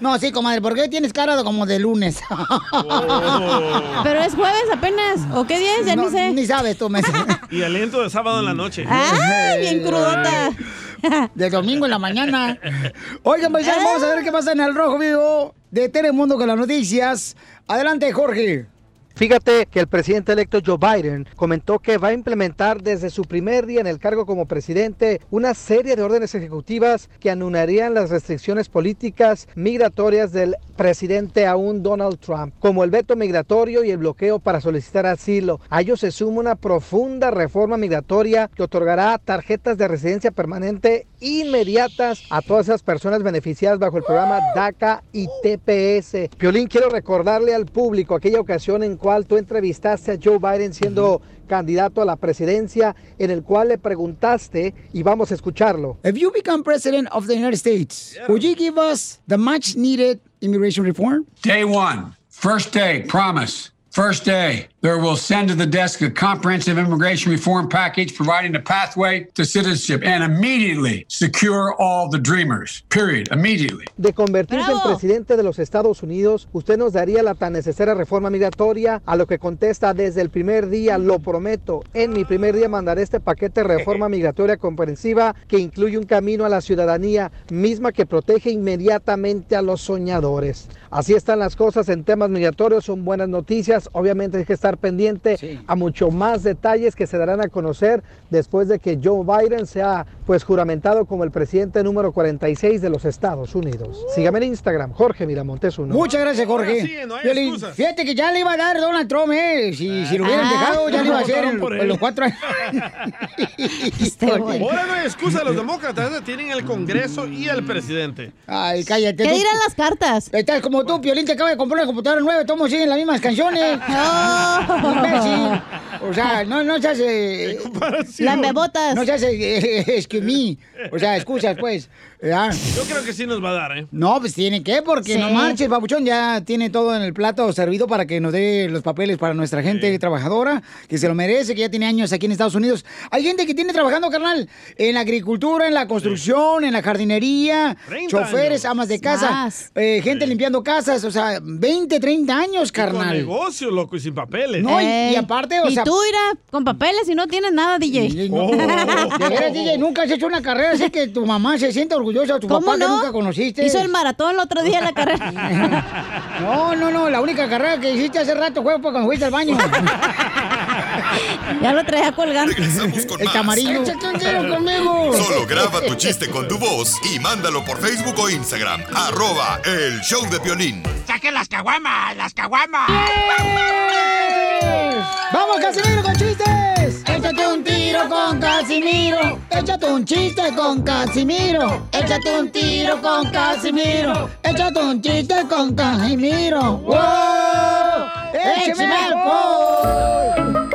Speaker 1: No, sí, comadre, ¿por qué tienes cara de- como de lunes? *laughs*
Speaker 10: Pero es jueves apenas. ¿O qué día es? Ya
Speaker 1: No,
Speaker 10: ni sé.
Speaker 1: Ni sabes tú, me
Speaker 10: *laughs*
Speaker 2: Y aliento de sábado en la noche.
Speaker 10: Ah,
Speaker 1: ¡Ay, bien crudota! *laughs* De domingo en la mañana. Oigan, pues vamos a ver qué pasa en el Rojo Vivo de Telemundo con las noticias. Adelante, Jorge.
Speaker 3: Fíjate que el presidente electo Joe Biden comentó que va a implementar desde su primer día en el cargo como presidente una serie de órdenes ejecutivas que anularían las restricciones políticas migratorias del presidente aún Donald Trump, como el veto migratorio y el bloqueo para solicitar asilo. A ello se suma una profunda reforma migratoria que otorgará tarjetas de residencia permanente inmediatas a todas esas personas beneficiadas bajo el programa DACA y TPS. Piolín, quiero recordarle al público aquella ocasión en cual tú entrevistaste a Joe Biden siendo candidato a la presidencia, en el cual le preguntaste, y vamos a escucharlo.
Speaker 1: If you become president of the United States, would you give us the much needed immigration reform?
Speaker 5: Day one, first day, promise. First day, there will send to the desk a comprehensive immigration reform package providing a pathway to citizenship and immediately secure all the dreamers. Period. Immediately.
Speaker 3: de convertirse en presidente de los Estados Unidos, usted nos daría la tan necesaria reforma migratoria, a lo que contesta desde el primer día, lo prometo, en mi primer día mandaré este paquete de reforma migratoria comprensiva que incluye un camino a la ciudadanía misma que protege inmediatamente a los soñadores. Así están las cosas en temas migratorios, son buenas noticias, obviamente hay que estar pendiente a mucho más detalles que se darán a conocer después de que Joe Biden sea pues juramentado como el presidente número 46 de los Estados Unidos. Sígame en Instagram, Jorge Miramontes uno.
Speaker 1: Muchas gracias, Jorge. Piolín, fíjate que ya le iba a dar Donald Trump, ¿eh? Si, si lo hubieran
Speaker 2: Ah.
Speaker 1: dejado, ya
Speaker 2: *laughs*
Speaker 1: le iba a hacer
Speaker 2: Votaron
Speaker 1: en,
Speaker 2: por
Speaker 1: en
Speaker 2: él.
Speaker 1: los cuatro años.
Speaker 10: Este,
Speaker 2: Ahora no hay excusa, los demócratas ¿eh? tienen el Congreso y el presidente.
Speaker 1: Ay, cállate.
Speaker 2: ¿Qué
Speaker 1: tú.
Speaker 2: dirán
Speaker 1: las cartas? Estás como tú, Piolín, que acaba de comprar una computadora nueva, todos siguen las mismas canciones. Imbécil. O sea, no, no se hace. eh,
Speaker 10: Lambebotas.
Speaker 1: No se hace. eh, es que mí. O sea, excusas, pues. ¿verdad?
Speaker 2: Yo creo que sí nos va a dar, ¿eh?
Speaker 1: No, pues tiene que, porque
Speaker 2: Sí.
Speaker 1: no marches, babuchón, ya tiene todo en el plato servido para que nos dé los papeles para nuestra gente trabajadora, que se lo merece, que ya tiene años aquí en Estados Unidos. Hay gente que tiene trabajando, carnal, en la agricultura, en la construcción, en la jardinería,
Speaker 8: 30
Speaker 1: choferes,
Speaker 8: años.
Speaker 1: amas de casa,
Speaker 8: Más.
Speaker 1: eh, gente limpiando casas, o sea, 20, 30 años,
Speaker 2: Con
Speaker 1: carnal.
Speaker 2: negocio, loco, y sin papeles.
Speaker 1: No, y- y aparte, o
Speaker 10: y
Speaker 1: sea-
Speaker 10: tú irás con papeles y no tienes nada, DJ.
Speaker 1: De veras, DJ, nunca has hecho una carrera, así que tu mamá se siente orgullosa, tu
Speaker 10: ¿Cómo
Speaker 1: papá que
Speaker 10: no?
Speaker 1: nunca conociste.
Speaker 10: Hizo el maratón el otro día en la carrera.
Speaker 1: *laughs* No, no, no, la única carrera que hiciste hace rato fue pues, cuando fuiste al baño.
Speaker 10: ya lo traía colgando.
Speaker 1: El camarillo. Échate un tiro conmigo.
Speaker 6: Solo graba tu chiste con tu voz y mándalo por Facebook o Instagram. Arroba el show de violín.
Speaker 8: *laughs* ¡Saquen las caguamas! ¡Las caguamas!
Speaker 1: ¡Vamos, Casimiro, con chistes! Échate un tiro con Casimiro. Échate un chiste con Casimiro. Échate un tiro con Casimiro. Échate un chiste con Casimiro. ¡Wow! ¡Échame alcohol!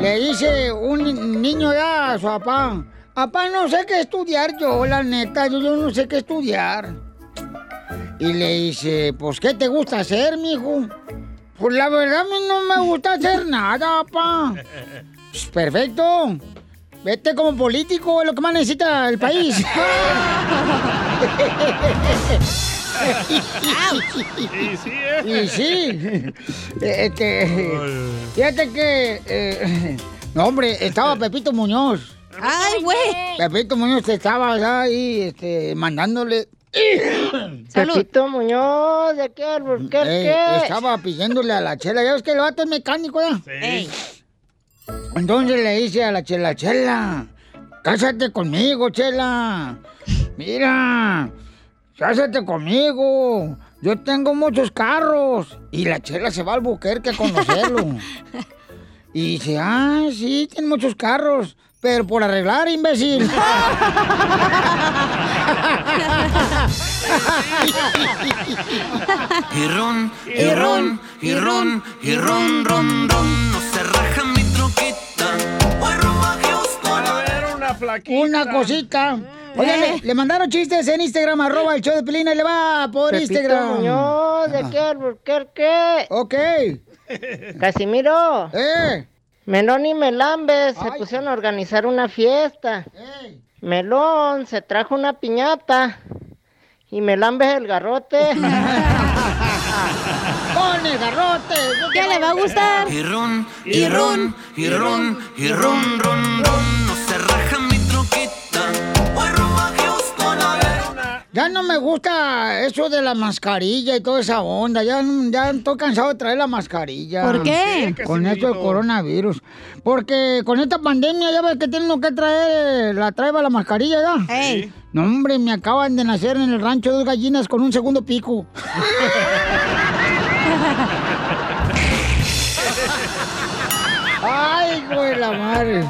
Speaker 1: Le dice un niño ya a su papá. Papá, no sé qué estudiar yo, la neta. Yo, yo no sé qué estudiar. Y le dice, pues, ¿qué te gusta hacer, mijo? Pues la verdad a mí no me gusta hacer nada, papá. Pues, Perfecto. Vete como político, es lo que más necesita el país.
Speaker 8: Y sí,
Speaker 1: Y sí. Este, fíjate que. eh, no, hombre, estaba Pepito Muñoz.
Speaker 10: Este. ¡Ay, güey!
Speaker 1: Pepito Muñoz estaba ahí este, mandándole. Pepito Muñoz, ¿de qué? ¿Por qué?
Speaker 8: qué?
Speaker 1: Eh, Estaba pidiéndole a la chela. Ya ves que el vato es mecánico, ¿ya? *laughs* Entonces le dice a la chela, chela, cásate conmigo, chela. Mira, cásate conmigo. Yo tengo muchos carros. Y la chela se va al buquerque a conocerlo. y dice, ah, sí, tiene muchos carros. Pero por arreglar, imbécil.
Speaker 7: Y ron, y ron, y ron, y ron, ron, ron. No se raja mi troquita. Voy rumbo a Houston.
Speaker 2: una flaquita.
Speaker 1: Una cosita. Oigan, le, le mandaron chistes en Instagram, arroba el show de Pelín, ahí le va por
Speaker 17: Pepito
Speaker 1: Instagram.
Speaker 17: Muñoz, ¿de qué? ¿Por qué? qué?
Speaker 1: Ok.
Speaker 17: Casimiro.
Speaker 1: Eh.
Speaker 17: Melón y Melambes se pusieron a organizar una fiesta. Melón se trajo una piñata. Y Melambes el garrote.
Speaker 1: *laughs* ¡Con el garrote!
Speaker 17: ¿Qué le va a
Speaker 1: *laughs*
Speaker 17: gustar?
Speaker 7: Y ron, y ron, y ron, y ron, ron, ron. No se raja mi troquita. Voy rumbo a Houston a ver
Speaker 1: Ya no me gusta eso de la mascarilla y toda esa onda. Ya, ya estoy cansado de traer la mascarilla.
Speaker 10: ¿Por qué? Sí,
Speaker 1: Con esto del coronavirus. Porque con esta pandemia ya ves que tienen que traer la traiba la mascarilla, ¿ya? No, hombre, me acaban de nacer en el rancho dos gallinas con un segundo
Speaker 10: *laughs*
Speaker 1: pico. ¡Ay, güey, la madre!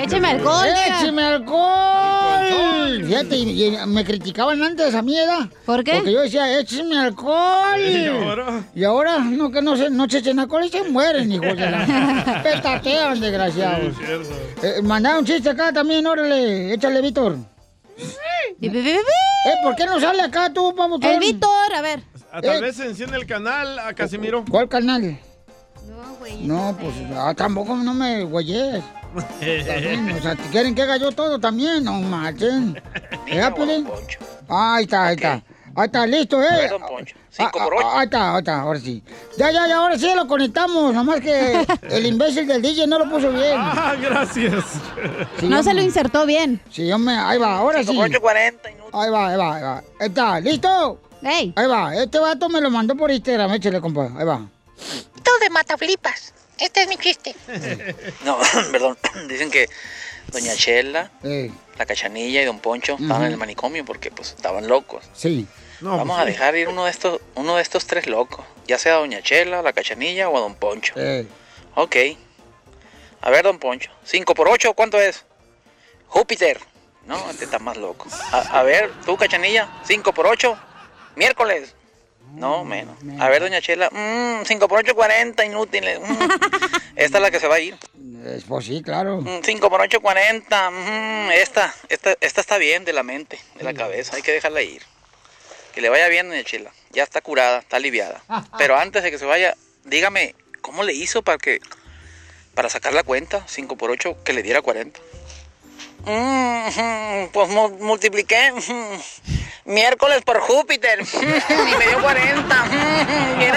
Speaker 8: Écheme alcohol, diga.
Speaker 1: ¡Écheme alcohol! Fíjate, y- y me criticaban antes a mí, ¿verdad? ¿Por qué? Porque yo decía, écheme alcohol.
Speaker 8: ¿Y ahora?
Speaker 1: Y ahora, no, que no se, no se echen alcohol y se mueren, hijos
Speaker 8: *laughs*
Speaker 1: de la... Petatean, desgraciados. Eh, mandaron un chiste acá también, órale, échale, Víctor. Eh, ¿por qué no sale acá tú, vamos?
Speaker 10: El Víctor, a ver.
Speaker 2: Ah,
Speaker 1: Eh.
Speaker 2: Tal vez se enciende el canal a Casimiro.
Speaker 1: ¿Cuál canal? No, pues ah, tampoco no me güeyes. También,
Speaker 10: *laughs*
Speaker 1: O sea, ¿te quieren que haga yo todo también, no marchen. ¿Eh, Pelín? Ah, Ahí está, ahí está. Ahí está, listo, eh. Ah, ah, ah, Ahí está, ahí está, ahora sí. Ya, ya, ya, ahora sí lo conectamos. Nomás
Speaker 10: *laughs*
Speaker 1: que el imbécil del DJ no lo puso bien.
Speaker 2: Ah, gracias.
Speaker 10: No se lo insertó bien.
Speaker 1: Sí, hombre, ahí va, ahora sí.
Speaker 10: Cinco por ocho,
Speaker 1: Ahí va, ahí va, ahí va. Ahí Está, ¿listo? Ahí va, este vato me lo mandó por Instagram, échale, compa. Ahí va.
Speaker 19: Todo de Mataflipas. Este es mi chiste.
Speaker 20: No, *coughs* perdón. Dicen que Doña Chela,
Speaker 1: Eh,
Speaker 20: la Cachanilla y Don Poncho estaban en el
Speaker 1: Ujú. pues
Speaker 20: manicomio porque pues estaban locos.
Speaker 1: Sí.
Speaker 20: Vamos a dejar ir uno de estos, uno de estos tres locos, ya sea a Doña Chela, la Cachanilla o a Don Poncho. Ok. A ver, Don Poncho, 5 por 8, ¿cuánto es? Júpiter. No, este está más loco. A, a ver, tú, Cachanilla, 5 por 8, miércoles. No, menos. A ver, doña Chela, 5 por 8, 40, inútiles. mm.
Speaker 1: *laughs*
Speaker 20: Esta es la que se va a ir.
Speaker 1: Eh, Pues sí,
Speaker 10: Mm.
Speaker 1: claro.
Speaker 20: 5 por 8, 40. mm, esta, esta, esta está bien de la mente, de la cabeza. Hay que dejarla ir. Que le vaya bien, doña Chela. Ya está curada, está aliviada.
Speaker 7: Ah.
Speaker 20: Pero antes de que se vaya, dígame, ¿cómo le hizo para que para sacar la cuenta 5 por 8 que le diera 40? Mm, pues mu- multipliqué mm, miércoles por Júpiter mm, y me dio 40. mm, Quiero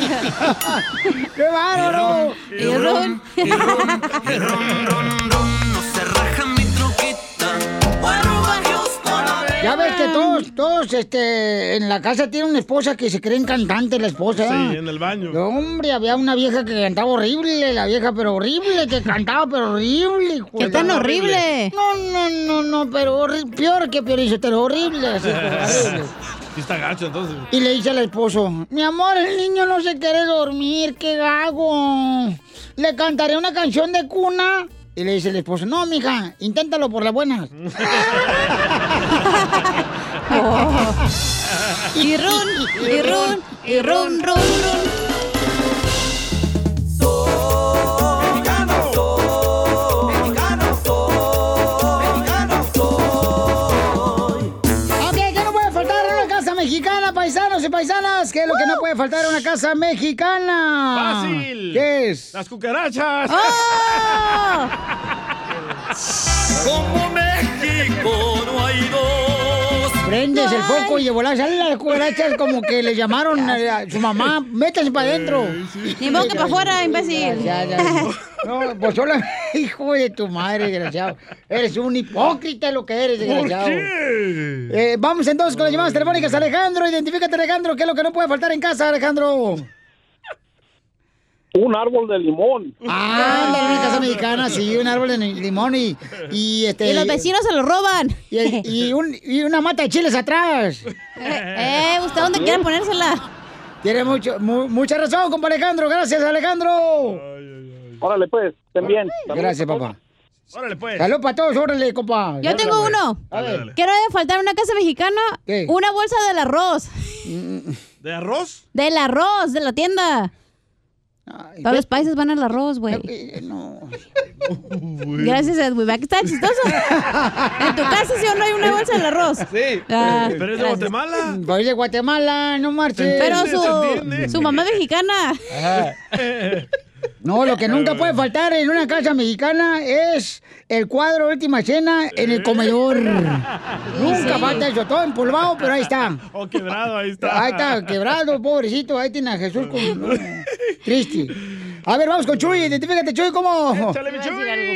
Speaker 20: llorar.
Speaker 1: ¡Qué bárbaro!
Speaker 7: Y ron, y ron, y ron, ron, ron, no se raja mi troquita. Guaruba, Dios, con la vela.
Speaker 1: Ya ves que todos, todos, este, en la casa tiene una esposa que se creen cantante la esposa.
Speaker 2: Sí,
Speaker 1: ¿eh?
Speaker 2: en el baño.
Speaker 1: No, hombre, había una vieja que cantaba horrible, la vieja pero horrible, que cantaba pero horrible. hijo
Speaker 10: ¿Qué
Speaker 1: de-
Speaker 10: tan horrible?
Speaker 1: No, no, no, no, pero horri- peor que peor hizo, pero horrible.
Speaker 2: *laughs*
Speaker 1: así, horrible.
Speaker 2: Sí está gacho, entonces.
Speaker 1: Y le dice al esposo, mi amor, el niño no se quiere dormir, ¿qué hago? ¿Le cantaré una canción de cuna? Y le dice el esposo, no, mija, inténtalo por
Speaker 2: *laughs*
Speaker 1: las buenas. *laughs*
Speaker 10: Y run, y run, y run, run, run.
Speaker 1: Ok, ¿qué no puede faltar en una casa mexicana, paisanos y paisanas? ¿Qué es lo que no puede faltar en una casa mexicana?
Speaker 2: Fácil.
Speaker 1: ¿Qué es? ¡Ah!
Speaker 2: Las cucarachas.
Speaker 7: ¡Oh! Como México no hay dos.
Speaker 1: Prendes el foco y de volar salen las cucarachas como que le llamaron eh, a a su mamá, métanse para adentro.
Speaker 10: Ni modo que para afuera, imbécil.
Speaker 1: Ya, ya, ya. No, pues hola, *laughs* hijo de tu madre, desgraciado. Eres un hipócrita lo que eres, desgraciado. Eh, vamos entonces con las llamadas telefónicas. Alejandro, identifícate, Alejandro. ¿Qué es lo que no puede faltar en casa, Alejandro?
Speaker 15: Un árbol de limón.
Speaker 1: Ah, en una casa mexicana, sí, un árbol de ni- limón y, y este.
Speaker 10: Y los vecinos se lo roban.
Speaker 1: Y, y un- y una mata de chiles atrás.
Speaker 10: Eh, ¿usted dónde quiere ponérsela?
Speaker 1: ¿Ah, Tiene mucho, mu- mucha razón, compa Alejandro. Gracias, Alejandro.
Speaker 15: Órale, pues, estén bien.
Speaker 1: Gracias, papá.
Speaker 2: Órale, pues.
Speaker 1: Salud para todos, órale, compa.
Speaker 10: Yo tengo uno.
Speaker 1: A ver. *laughs*
Speaker 10: ¿Qué no debe faltar en una casa mexicana? Una bolsa del arroz.
Speaker 1: Mm.
Speaker 2: ¿De arroz?
Speaker 10: Del arroz, de la tienda. Todos los países van al arroz, güey.
Speaker 1: Eh,
Speaker 10: Gracias, Edwin. Aquí está chistoso.
Speaker 1: *laughs*
Speaker 10: en tu casa sí o no hay una bolsa del arroz.
Speaker 2: Sí.
Speaker 10: Ah,
Speaker 2: Pero es de
Speaker 10: gracias.
Speaker 2: Guatemala.
Speaker 1: Voy de Guatemala, no marches.
Speaker 10: Pero su, su mamá es mexicana.
Speaker 1: Ah.
Speaker 2: *laughs*
Speaker 1: No, lo que nunca
Speaker 2: Eh.
Speaker 1: puede faltar en una casa mexicana es el cuadro Última Cena en el comedor. Nunca
Speaker 2: Eh. *laughs* sí.
Speaker 1: falta eso, todo empolvado, pero ahí está.
Speaker 2: O Oh, quebrado, ahí está.
Speaker 1: Ahí está,
Speaker 2: *laughs*
Speaker 1: quebrado, pobrecito. Ahí tiene a Jesús con... no, triste. A ver, vamos con Chuy, identifícate, Chuy, ¿cómo?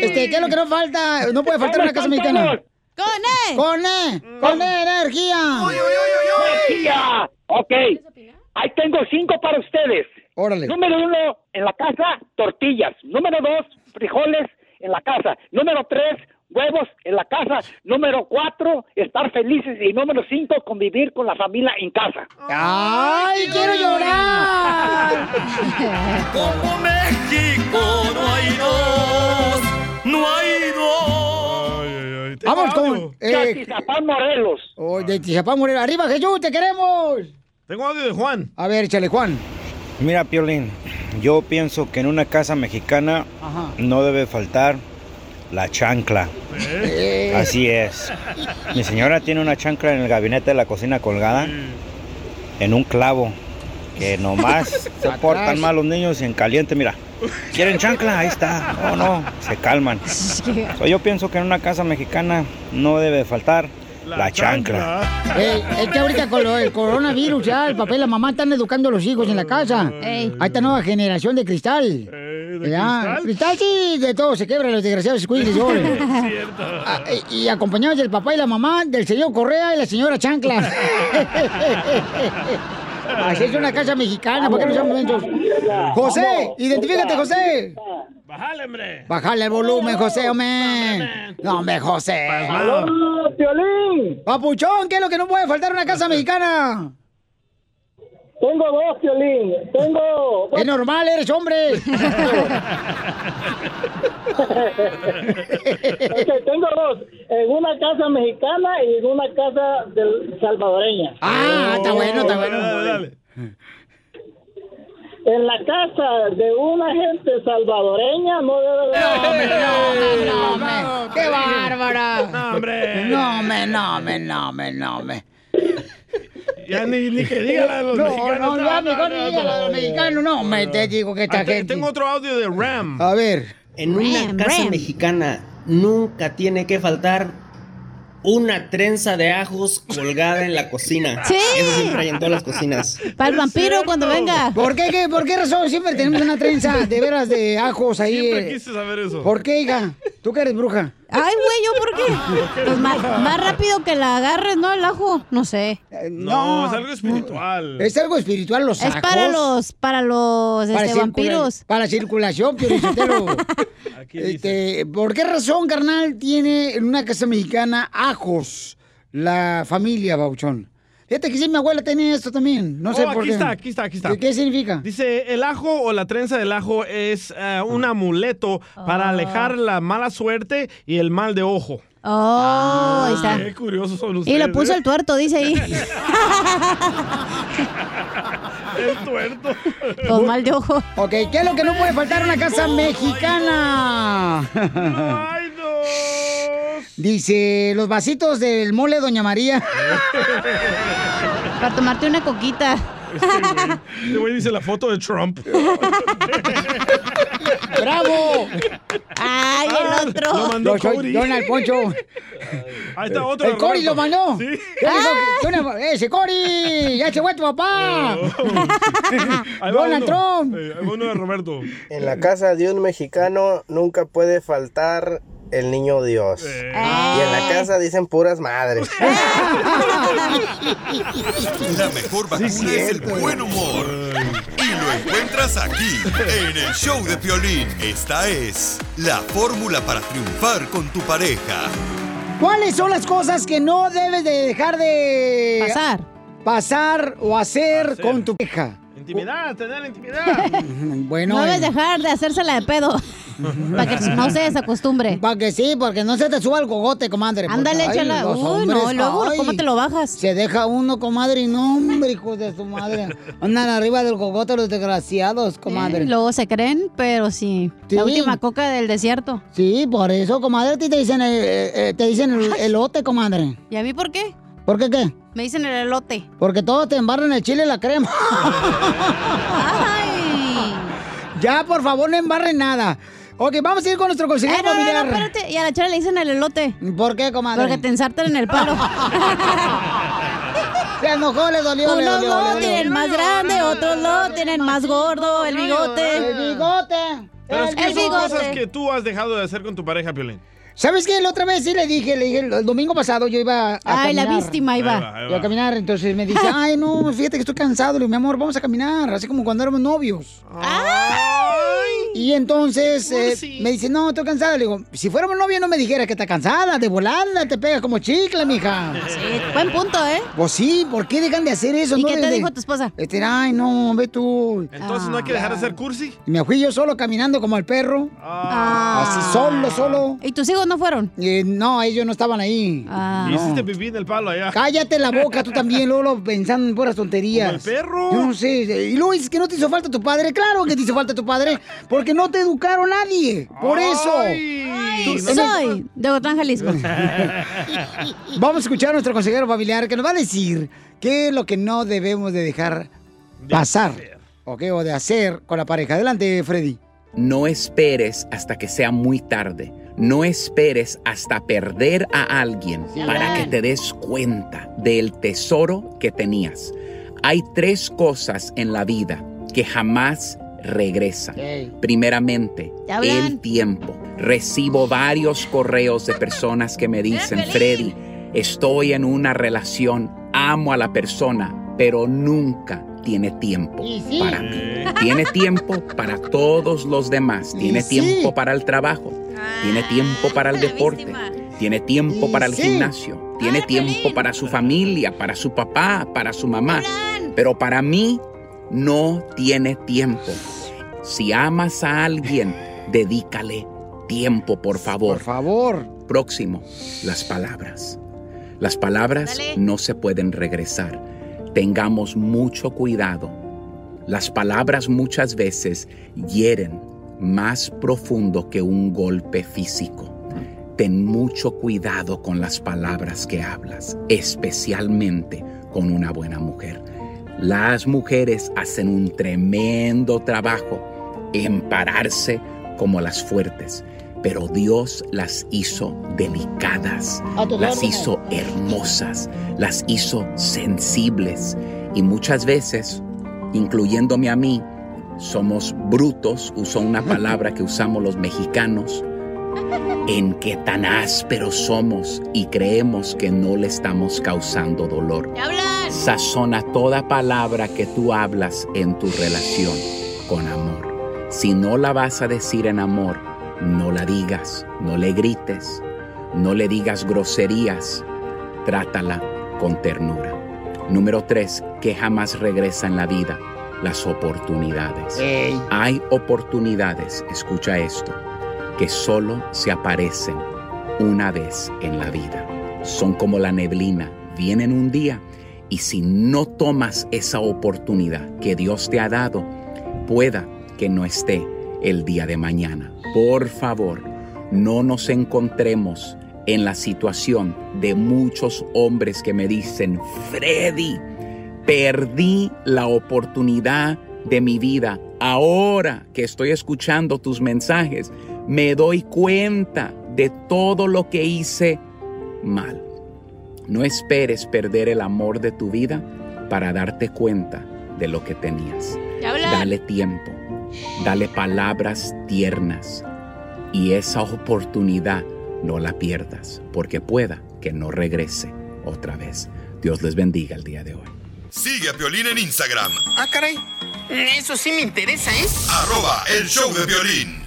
Speaker 1: Este, ¿qué es lo que no falta? No puede faltar en una casa
Speaker 7: ¡Vamos,
Speaker 1: mexicana.
Speaker 7: vamos!
Speaker 10: ¡Con E!
Speaker 1: ¡Con E! ¡Con E, energía!
Speaker 21: Energía. Ok. Ahí tengo cinco para ustedes.
Speaker 1: Órale.
Speaker 21: Número uno, en la casa, tortillas. Número dos, frijoles en la casa. Número tres, huevos en la casa. Número cuatro, estar felices. Y número cinco, convivir con la familia en casa.
Speaker 1: ¡Ay, quiero llorar!
Speaker 7: Como México no hay dos. No hay dos.
Speaker 1: Vamos con... Eh, Oh,
Speaker 21: Tizapán Morelos.
Speaker 1: de Tizapán Morelos. ¡Arriba, Jesús, te queremos!
Speaker 2: Tengo audio de Juan.
Speaker 1: A ver, échale, Juan.
Speaker 18: Mira, Piolín, yo pienso que en una casa mexicana no debe faltar la chancla.
Speaker 1: ¿Eh?
Speaker 18: Así es. Mi señora tiene una chancla en el gabinete de la cocina colgada
Speaker 1: Mm.
Speaker 18: en un clavo. Que nomás
Speaker 1: *laughs*
Speaker 18: se
Speaker 1: Atrás.
Speaker 18: portan mal los niños y en caliente, mira. ¿Quieren chancla? Ahí está. No, no, se calman. So, yo pienso que en una casa mexicana no debe faltar la, chancla.
Speaker 1: Eh, es que ahorita con lo- el coronavirus ya el papel la mamá están educando a los hijos en la casa. A esta nueva generación de cristal. Ya, cristal
Speaker 7: cristal?
Speaker 1: sí, de todo se quebra los desgraciados escuincles
Speaker 2: *laughs*
Speaker 1: hoy.
Speaker 7: Cierto.
Speaker 1: Ah, y- y acompañados del papá y la mamá, del señor Correa y la señora Chancla. *laughs* Así es una casa mexicana, ¿por qué no somos mensos? José, identifícate, José.
Speaker 2: Bájale, hombre.
Speaker 1: Bájale el volumen, José, hombre. No, hombre, José. Papuchón, ¿qué es lo que no puede faltar en una casa mexicana?
Speaker 4: Tengo dos, Piolín. Tengo...
Speaker 1: Es normal, eres hombre.
Speaker 4: Ok, tengo dos. En una casa mexicana y en una casa del- salvadoreña.
Speaker 1: Ah, está bueno, está bueno.
Speaker 4: En la casa de una gente salvadoreña no debe de...
Speaker 1: No, me, ¡Qué bárbara! No, hombre. No, me, no, me, no, me, no, me.
Speaker 2: Ya *laughs* ni, ni que diga la de los
Speaker 1: no,
Speaker 2: mexicanos.
Speaker 1: No, no, ya mejor ni diga la de los mexicanos. No, me te digo que esta
Speaker 2: Ah, te-
Speaker 1: gente...
Speaker 2: Tengo otro audio de Ram.
Speaker 1: A ver.
Speaker 9: En una
Speaker 1: Ram,
Speaker 9: casa
Speaker 1: ram.
Speaker 9: mexicana nunca tiene que faltar una trenza de ajos colgada en la cocina.
Speaker 10: Sí.
Speaker 9: Eso siempre hay en todas las
Speaker 2: *laughs*
Speaker 9: cocinas.
Speaker 10: Para el vampiro cuando venga.
Speaker 1: ¿Por qué, qué, ¿Por qué razón siempre tenemos una trenza de veras de ajos ahí?
Speaker 10: Siempre
Speaker 1: eh?
Speaker 10: quise saber eso.
Speaker 1: ¿Por qué, hija? ¿Tú que eres bruja?
Speaker 10: Ay, güey, ¿yo *laughs* por qué? Pues más, más rápido que la agarres, ¿no? El ajo, no sé.
Speaker 2: No, es algo espiritual.
Speaker 1: Es algo espiritual Eh, los
Speaker 10: Es
Speaker 1: ajos.
Speaker 10: para los, para los
Speaker 1: Para
Speaker 10: este,
Speaker 1: circula-
Speaker 10: vampiros.
Speaker 1: Para la circulación, Piolichotelo.
Speaker 10: *laughs*
Speaker 1: este, ¿Por qué razón, carnal, tiene en una casa mexicana ajos la familia, Bauchón? Fíjate que sí, mi abuela tenía esto también. No sé
Speaker 2: Oh,
Speaker 1: por
Speaker 2: aquí
Speaker 1: qué.
Speaker 2: está, aquí está, aquí está.
Speaker 1: ¿Qué, qué significa?
Speaker 2: Dice, el ajo o la trenza del ajo es eh, un amuleto
Speaker 10: Ah.
Speaker 2: para alejar la mala suerte y el mal de ojo.
Speaker 10: Oh, ahí está.
Speaker 2: Qué curiosos son
Speaker 10: Y
Speaker 2: ustedes.
Speaker 10: lo puso el tuerto, dice *laughs* ahí.
Speaker 2: El tuerto. *laughs*
Speaker 10: Con mal de ojo.
Speaker 1: Ok, ¿qué es lo que no puede faltar en una casa mexicana? *laughs* Dice, los vasitos del mole Doña María.
Speaker 10: *laughs* Para tomarte una coquita.
Speaker 2: Este güey dice la foto de Trump.
Speaker 1: ¡Bravo!
Speaker 10: ¡Ay, el otro!
Speaker 2: Ah, Lo mandó
Speaker 1: soy
Speaker 2: Cory.
Speaker 1: Donald
Speaker 11: *laughs*
Speaker 1: Poncho.
Speaker 2: Ahí está otro.
Speaker 1: El Cory lo
Speaker 2: Rafa.
Speaker 1: mandó.
Speaker 2: Sí.
Speaker 1: ¿Qué pasó? ¿Qué una-
Speaker 2: *laughs*
Speaker 1: ¡Ese Cory! ¡Ya se fue tu papá!
Speaker 2: Ahí va
Speaker 1: Donald
Speaker 2: uno.
Speaker 1: Trump.
Speaker 2: Eh, ahí va uno de Roberto.
Speaker 22: En la casa de un mexicano nunca puede faltar el niño Dios.
Speaker 6: Eh.
Speaker 22: Y en la casa dicen puras madres.
Speaker 6: *laughs* La mejor vacuna es el buen humor. Y lo encuentras aquí, en el show de Piolín. Esta es la fórmula para triunfar con tu pareja.
Speaker 1: ¿Cuáles son las cosas que no debes de dejar de...
Speaker 10: Pasar.
Speaker 1: Pasar o hacer, con tu pareja?
Speaker 2: Intimidad, tener intimidad.
Speaker 1: Bueno,
Speaker 10: No
Speaker 1: eh,
Speaker 10: debes dejar de hacérsela de pedo. Para que no
Speaker 1: *laughs*
Speaker 10: se desacostumbre.
Speaker 1: Para que sí, porque no se te suba el cogote, comadre. porque,
Speaker 10: Ándale,
Speaker 1: ay,
Speaker 10: échala.
Speaker 1: los
Speaker 10: Uy,
Speaker 1: hombres,
Speaker 10: no, luego,
Speaker 1: ay,
Speaker 10: ¿cómo te lo bajas?
Speaker 1: Se deja uno, comadre, y no, hombre, hijos de su madre. Andan arriba del cogote los desgraciados, comadre.
Speaker 10: Eh, luego se creen, pero sí. La última coca del desierto.
Speaker 1: Sí, por eso, comadre, a ti te dicen, el, eh, eh, te dicen el elote, comadre.
Speaker 10: ¿Y a mí por qué?
Speaker 1: ¿Por qué qué?
Speaker 10: Me dicen el elote.
Speaker 1: Porque todos te embarran el chile y la crema. *laughs* ya, por favor, no embarren nada. Ok, vamos a ir con nuestro consejero
Speaker 10: Eh, no, no, no,
Speaker 1: familiar.
Speaker 10: espérate. Y a la chela le dicen el elote.
Speaker 1: ¿Por qué, comadre?
Speaker 10: Porque te ensartan en el
Speaker 1: *laughs*
Speaker 10: palo. *laughs*
Speaker 1: Se enojó, le dolió, le
Speaker 10: Unos
Speaker 1: dolió,
Speaker 10: lo
Speaker 1: le dolió.
Speaker 10: tienen más grande, otros lo tienen más gordo, el bigote.
Speaker 1: El bigote.
Speaker 2: Pero es que
Speaker 1: El
Speaker 2: son
Speaker 1: bigote.
Speaker 2: cosas que tú has dejado de hacer con tu pareja, Piolín.
Speaker 1: ¿Sabes qué? La otra vez sí le dije, le dije, el el domingo pasado yo iba a
Speaker 10: Ay, la
Speaker 1: caminar.
Speaker 10: víctima, ahí Ahí va. va,
Speaker 2: ahí
Speaker 1: Iba a
Speaker 2: va.
Speaker 1: caminar, entonces me
Speaker 10: *laughs*
Speaker 1: dice, ay, no, fíjate que estoy cansado. Le digo, mi amor, vamos a caminar, así como cuando éramos novios. Y entonces eh, me dice, no, estoy cansada. Le digo, si fuéramos novios no me dijeras que está cansada, de volada, te pegas como chicle, mija.
Speaker 10: buen punto, ¿eh?
Speaker 1: Pues sí, ¿por qué dejan de hacer eso?
Speaker 10: ¿Y
Speaker 1: no
Speaker 10: qué te
Speaker 1: deben de-
Speaker 10: dijo tu esposa? Ah.
Speaker 1: Este, ay, no, ve tú.
Speaker 2: Entonces no hay que dejar de ser cursi.
Speaker 1: Y me fui yo solo caminando como el perro. Así solo, solo. Eh,
Speaker 10: ¿Y tus hijos no fueron?
Speaker 1: no, ellos no estaban ahí.
Speaker 2: Ah. Y
Speaker 1: No.
Speaker 2: Hiciste pipí en el palo allá.
Speaker 1: Cállate la boca, tú también, Lolo, pensando en puras tonterías.
Speaker 2: Como el perro.
Speaker 1: Yo no sé. Y luego dices que no te hizo falta tu padre. Claro que te hizo falta tu padre, porque no te educaron nadie. Por eso.
Speaker 10: Tú-
Speaker 1: no.
Speaker 2: *laughs*
Speaker 1: *laughs*
Speaker 10: Soy de Gotán, Jalisco.
Speaker 1: Vamos a escuchar a nuestro consejero familiar que nos va a decir qué es lo que no debemos de dejar pasar. ¿Ok? O de hacer con la pareja. Adelante, Freddy.
Speaker 23: No esperes hasta que sea muy tarde. No esperes hasta perder a alguien para que te des cuenta del tesoro que tenías. Hay tres cosas en la vida que jamás regresan. Primeramente,
Speaker 24: Ya hablan.
Speaker 23: el tiempo. Recibo varios correos de personas que me dicen, Freddy, estoy en una relación, amo a la persona, pero nunca tiene tiempo
Speaker 24: Y sí.
Speaker 23: para mí. Tiene tiempo para todos los demás. Tiene
Speaker 24: sí.
Speaker 23: tiempo para el trabajo. Tiene tiempo para el deporte. Tiene tiempo para el
Speaker 24: sí.
Speaker 23: gimnasio. Tiene tiempo para su familia, para su papá, para su mamá. Pero para mí no tiene tiempo. Si amas a alguien, dedícale tiempo, por favor. Por
Speaker 1: favor.
Speaker 23: Próximo, las palabras. Las palabras no se pueden regresar. Tengamos mucho cuidado. Las palabras muchas veces hieren más profundo que un golpe físico. Ten mucho cuidado con las palabras que hablas, especialmente con una buena mujer. Las mujeres hacen un tremendo trabajo en pararse como las fuertes, pero Dios las hizo delicadas,
Speaker 1: A tus
Speaker 23: las
Speaker 1: órdenes.
Speaker 23: hizo hermosas, las hizo sensibles y muchas veces, incluyéndome a mí, somos brutos, uso una palabra que usamos los mexicanos, en que tan ásperos somos y creemos que no le estamos causando dolor. Sazona toda palabra que tú hablas en tu relación con amor. Si no la vas a decir en amor, no la digas, no le grites, no le digas groserías, trátala con ternura. Número tres, que jamás regresa en la vida, las oportunidades. Hay oportunidades, escucha esto, que solo se aparecen una vez en la vida. Son como la neblina, vienen un día y si no tomas esa oportunidad que Dios te ha dado, pueda que no esté el día de mañana. Por favor, no nos encontremos en la situación de muchos hombres que me dicen, Freddy, perdí la oportunidad de mi vida. Ahora que estoy escuchando tus mensajes, me doy cuenta de todo lo que hice mal. No esperes perder el amor de tu vida para darte cuenta de lo que tenías. Dale tiempo, dale palabras tiernas y esa oportunidad no la pierdas porque pueda que no regrese otra vez. Dios les bendiga el día de hoy.
Speaker 6: Sigue a Piolín en Instagram,
Speaker 8: Ah, caray. Eso sí me interesa, ¿eh?
Speaker 6: arroba el show de violín.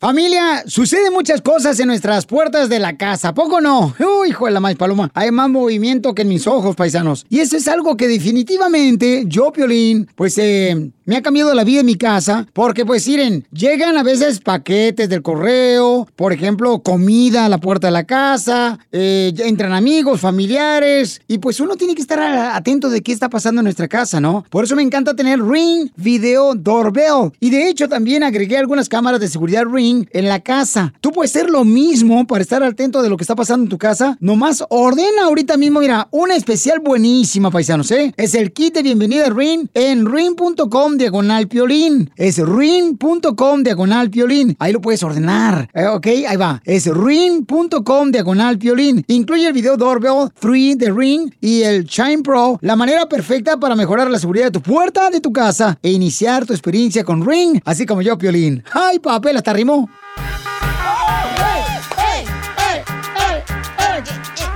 Speaker 1: Familia, suceden muchas cosas en nuestras puertas de la casa, ¿a poco no? Uy, hijo de la más paloma, hay más movimiento que en mis ojos, paisanos. Y eso es algo que definitivamente yo, Piolín, pues eh, me ha cambiado la vida en mi casa, porque pues miren, llegan a veces paquetes del correo, por ejemplo, comida a la puerta de la casa, eh, ya entran amigos, familiares, y pues uno tiene que estar a- atento de qué está pasando en nuestra casa, ¿no? Por eso me encanta tener Ring Video Doorbell. Y de hecho también agregué algunas cámaras de seguridad Ring en la casa. Tú puedes hacer lo mismo para estar atento de lo que está pasando en tu casa. Nomás ordena ahorita mismo, mira, una especial buenísima, paisanos, ¿eh? Es el kit de bienvenida Ring en ring.com diagonal piolín. Es ring.com diagonal piolín. Ahí lo puedes ordenar. Eh, ok, ahí va. Es ring.com diagonal piolín. Incluye el video Doorbell 3 de Ring y el Chime Pro, la manera perfecta para mejorar la seguridad de tu puerta de tu casa e iniciar tu experiencia con Ring, así como yo, piolín. ¡Ay, papel! Hasta rimó.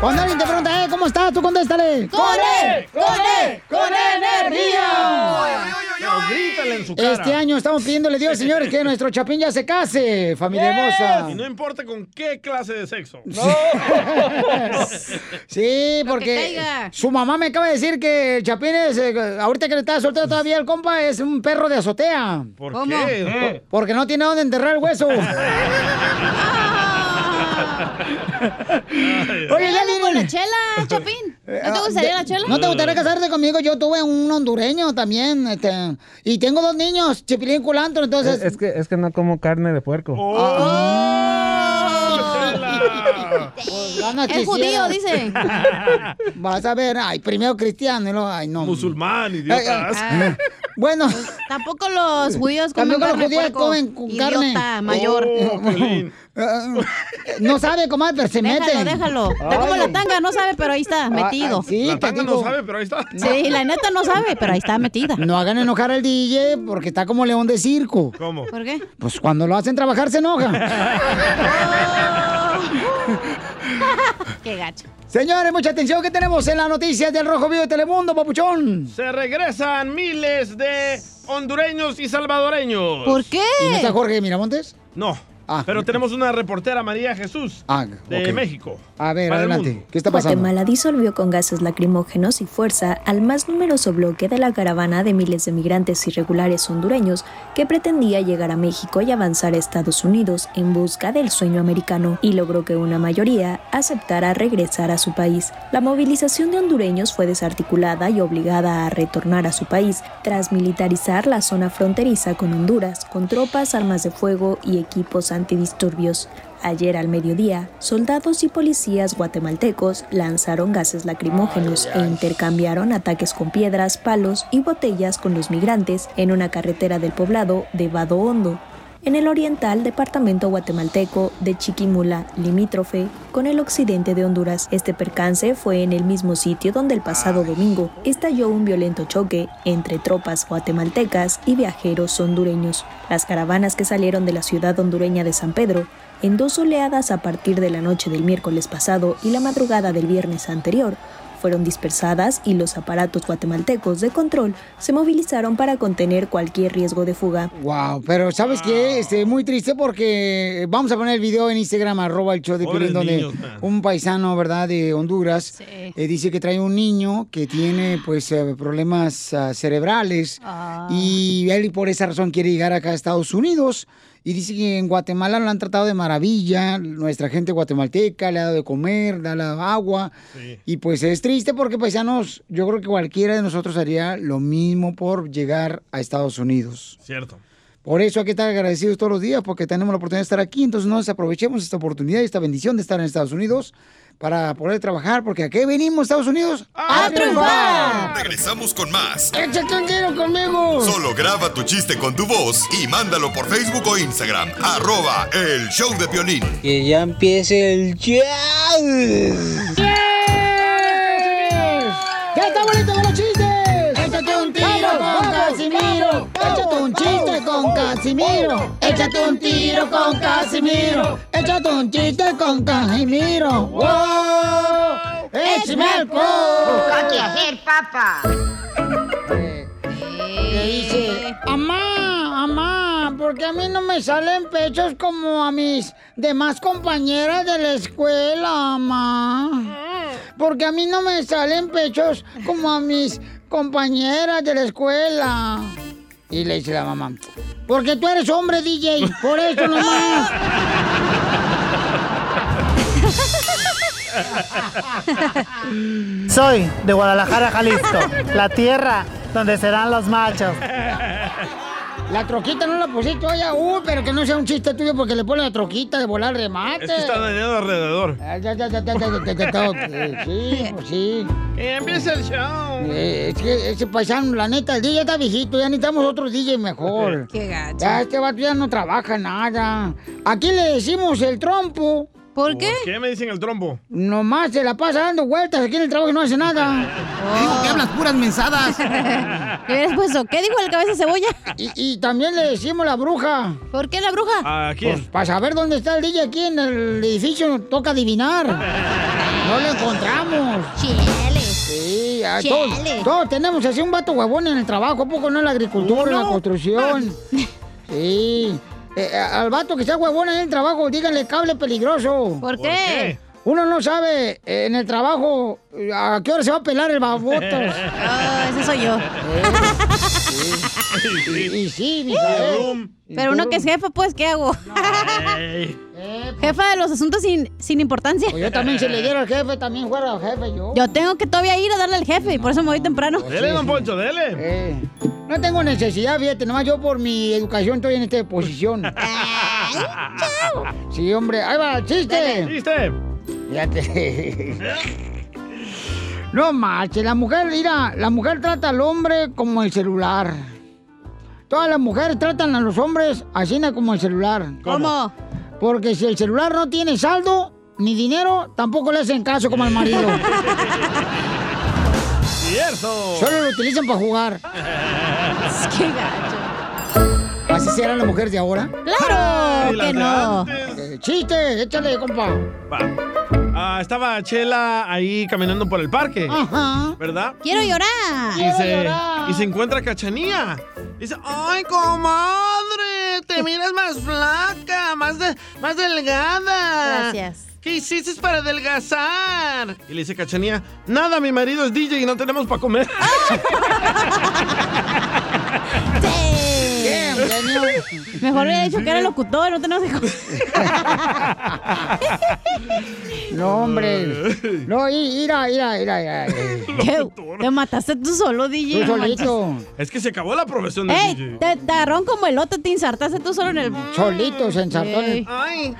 Speaker 1: Cuando alguien te pregunta, eh, ¿cómo estás? Tú contéstale.
Speaker 8: ¡Con
Speaker 10: E,
Speaker 8: él! ¡Con él! ¡Con energía!
Speaker 2: Pero grítale en su cara.
Speaker 1: Este año estamos pidiéndole a Dios, señores, que nuestro chapín ya se case, familia hermosa.
Speaker 2: Y no importa con qué clase de sexo.
Speaker 1: *laughs* Sí, porque
Speaker 2: caiga.
Speaker 1: su mamá me acaba de decir que el Chapín es, eh, ahorita que le está soltero todavía el compa, es un perro de azotea.
Speaker 2: ¿Por ¿Cómo? qué?
Speaker 1: Por- Porque no tiene dónde enterrar el hueso. Ah. Oye, ya
Speaker 10: Dale con
Speaker 1: viene.
Speaker 10: la
Speaker 1: *laughs*
Speaker 10: chela, Chapín. ¿No te gustaría la chela?
Speaker 1: ¿No te gustaría casarte conmigo? Yo tuve un hondureño también, este, y tengo dos niños, Chipilín y Culantro, entonces... Ah,
Speaker 11: Es, es que, es que no como carne de puerco.
Speaker 1: Pues, ganas
Speaker 10: Es judío,
Speaker 1: quisiera.
Speaker 10: dice.
Speaker 1: *laughs* Vas a ver, ay, primero cristiano, y luego, ay, no.
Speaker 2: Musulmán, idiotas.
Speaker 1: Ay, ay. Bueno.
Speaker 10: Ah. Pues, Tampoco los judíos comen
Speaker 1: Tampoco los
Speaker 10: carne de
Speaker 1: judíos
Speaker 10: puerco.
Speaker 1: comen con carne.
Speaker 10: Idiota, mayor.
Speaker 1: Oh, *laughs* no sabe, comadre, pero se
Speaker 10: déjalo,
Speaker 1: mete.
Speaker 10: déjalo. Está como la tanga, no sabe, pero ahí está, metido.
Speaker 1: Ah, sí, La te tanga no digo. sabe,
Speaker 2: pero ahí está.
Speaker 1: *laughs*
Speaker 10: Sí, la neta no sabe, pero ahí está metida.
Speaker 1: No hagan enojar al DJ porque está como león de circo.
Speaker 2: ¿Cómo?
Speaker 10: ¿Por qué?
Speaker 1: Pues cuando lo hacen trabajar se enoja. *laughs*
Speaker 10: Qué gacho.
Speaker 1: Señores, mucha atención que tenemos en las noticias del Rojo Vivo de Telemundo, papuchón.
Speaker 2: Se regresan miles de hondureños y salvadoreños.
Speaker 1: ¿Y no está Jorge Miramontes?
Speaker 2: No, Pero tenemos una reportera, María Jesús, de
Speaker 1: Ah, ok.
Speaker 2: México.
Speaker 1: A ver,
Speaker 2: Para el
Speaker 1: adelante.
Speaker 2: mundo.
Speaker 1: ¿Qué está pasando?
Speaker 13: Guatemala disolvió con gases lacrimógenos y fuerza al más numeroso bloque de la caravana de miles de migrantes irregulares hondureños que pretendía llegar a México y avanzar a Estados Unidos en busca del sueño americano y logró que una mayoría aceptara regresar a su país. La movilización de hondureños fue desarticulada y obligada a retornar a su país tras militarizar la zona fronteriza con Honduras con tropas, armas de fuego y equipos antidisturbios. Ayer al mediodía, soldados y policías guatemaltecos lanzaron gases lacrimógenos e intercambiaron ataques con piedras, palos y botellas con los migrantes en una carretera del poblado de Vado Hondo, en el oriental departamento guatemalteco de Chiquimula, limítrofe con el occidente de Honduras. Este percance fue en el mismo sitio donde el pasado domingo estalló un violento choque entre tropas guatemaltecas y viajeros hondureños. Las caravanas que salieron de la ciudad hondureña de San Pedro en dos oleadas a partir de la noche del miércoles pasado y la madrugada del viernes anterior, fueron dispersadas y los aparatos guatemaltecos de control se movilizaron para contener cualquier riesgo de fuga.
Speaker 1: Wow, Ah, pero ¿sabes
Speaker 2: Ah.
Speaker 1: qué? Este, muy triste porque vamos a poner el video en Instagram, arroba el show de
Speaker 2: Pobres
Speaker 1: Piolín, donde
Speaker 2: niños, man.
Speaker 1: un paisano, ¿verdad?, de Honduras, eh, dice que trae un niño que tiene, pues, eh, problemas ah, cerebrales
Speaker 2: Ah.
Speaker 1: y él por esa razón quiere llegar acá a Estados Unidos y dice que en Guatemala lo han tratado de maravilla, nuestra gente guatemalteca le ha dado de comer, le ha dado agua y pues es triste porque, paisanos, yo creo que cualquiera de nosotros haría lo mismo por llegar a Estados Unidos.
Speaker 2: Cierto.
Speaker 1: Por eso hay que estar agradecidos todos los días porque tenemos la oportunidad de estar aquí. Entonces no desaprovechemos esta oportunidad y esta bendición de estar en Estados Unidos para poder trabajar porque ¿a qué venimos Estados Unidos? ¡A,
Speaker 6: Regresamos con más.
Speaker 1: ¡Échate un tiro conmigo!
Speaker 6: Solo graba tu chiste con tu voz y mándalo por Facebook o Instagram. Arroba el show de violín.
Speaker 7: Que ya empiece el
Speaker 1: ¡Yes! ¡Ya está bonito con los chistes! ¡Échate un
Speaker 7: tiro con Casimiro.
Speaker 1: ¡Échate un chiste con Casimiro! ¡Échate un tiro con Casimiro! ¡Échate un chiste con Casimiro! ¡Wow! ¡Échame
Speaker 7: Busca qué hacer,
Speaker 1: papá! Le dice, amá, amá, ¿por qué a mí no me salen pechos como a mis demás compañeras de la escuela, amá? Porque a mí no me salen pechos como a mis compañeras de la escuela. Y le dice la mamá,
Speaker 10: *laughs*
Speaker 1: porque tú eres hombre, DJ, por eso nomás.
Speaker 25: *laughs* Soy de Guadalajara, Jalisco, la tierra donde serán los machos.
Speaker 1: La troquita no la pusiste hoy, uh, pero que no sea un chiste tuyo porque le pone la troquita de volar
Speaker 10: Ah,
Speaker 1: remate.
Speaker 2: Es que está dañado alrededor.
Speaker 1: Ah, ya, ya, ya, ya, ya, ya, ya, ya, ya, Sí, pues sí.
Speaker 2: empieza el show.
Speaker 1: Eh, es que ese paisano, la neta, el DJ está viejito, ya necesitamos otro DJ mejor.
Speaker 10: Qué gacho.
Speaker 1: Ya, este vato ya no trabaja nada. Aquí le decimos el trompo. ¿Por qué?
Speaker 2: ¿Qué me dicen el trompo?
Speaker 1: Nomás se la pasa dando vueltas aquí en el trabajo y no hace nada. Oh. Digo que hablas puras mensadas.
Speaker 10: puesto? *laughs* ¿Qué dijo el cabeza cebolla?
Speaker 1: Y, y también le decimos la bruja.
Speaker 10: ¿Por qué la bruja?
Speaker 2: ¿A
Speaker 1: Pues para saber dónde está el DJ aquí en el edificio, toca
Speaker 10: *laughs*
Speaker 1: adivinar. No lo encontramos. Chiles. Sí, a todos,
Speaker 7: Chiales.
Speaker 1: todos tenemos así un vato huevón en el trabajo, ¿a poco no en la agricultura, en la
Speaker 10: *laughs*
Speaker 7: Uno.
Speaker 1: construcción? Sí. Eh, al vato que sea huevón en el trabajo, díganle cable peligroso.
Speaker 10: ¿Por qué?
Speaker 1: Uno no sabe eh, en el trabajo eh, a qué hora se va a pelar el baboto.
Speaker 10: *laughs* Ah, ese soy yo.
Speaker 1: Y, y sí, mi
Speaker 10: Pero uno que es jefa, pues, ¿qué hago? Jefa de los asuntos sin, sin importancia.
Speaker 1: Pues Yo también, si le diera al jefe, también fuera al jefe yo.
Speaker 10: Yo tengo que todavía ir a darle al jefe y por eso me voy temprano.
Speaker 2: Dele, don Poncho, dele.
Speaker 1: Eh, no tengo necesidad, fíjate, nomás yo por mi educación estoy en esta posición.
Speaker 10: *laughs*
Speaker 1: Sí, hombre, ahí va, chiste.
Speaker 2: Chiste.
Speaker 1: Fíjate. *laughs* No marches, la mujer, mira, la mujer trata al hombre como el celular. Todas las mujeres tratan a los hombres así na como el celular. ¿Cómo? Porque si el celular no tiene saldo ni dinero, tampoco le hacen caso como al marido.
Speaker 2: Cierto.
Speaker 1: Solo lo utilizan para jugar.
Speaker 10: ¡Qué gacho!
Speaker 1: ¿Así serán las mujeres de ahora?
Speaker 10: ¡Claro
Speaker 2: Sí, las que de no! antes.
Speaker 1: Eh, ¡Chiste! ¡Échale, compa!
Speaker 2: Va. Ah, estaba Chela ahí caminando por el parque.
Speaker 1: Ajá.
Speaker 2: ¿Verdad?
Speaker 10: Quiero llorar.
Speaker 2: Y se, y se encuentra Cachanía. Dice, ¡ay, comadre!
Speaker 5: te miras más flaca, más, de- más delgada.
Speaker 10: Gracias.
Speaker 5: ¿Qué hiciste para adelgazar?
Speaker 2: Y le dice Cachanía, nada, mi marido es DJ y no tenemos para comer.
Speaker 10: Ah.
Speaker 1: Damn, Daniel.
Speaker 10: Mejor hubiera dicho que era locutor, no tenemos que...
Speaker 1: *laughs* No, hombre. No, y- mira, mira, mira, mira.
Speaker 2: Eh.
Speaker 10: ¿Qué? Te mataste tú solo, DJ.
Speaker 1: Tú
Speaker 10: no
Speaker 1: solito.
Speaker 10: manches.
Speaker 2: Es que se acabó la profesión de
Speaker 10: ¡Ey!
Speaker 2: DJ.
Speaker 10: Te tarrón como elote, te ensartaste tú solo en el...
Speaker 1: Solito se ensartó en el-
Speaker 10: Ey.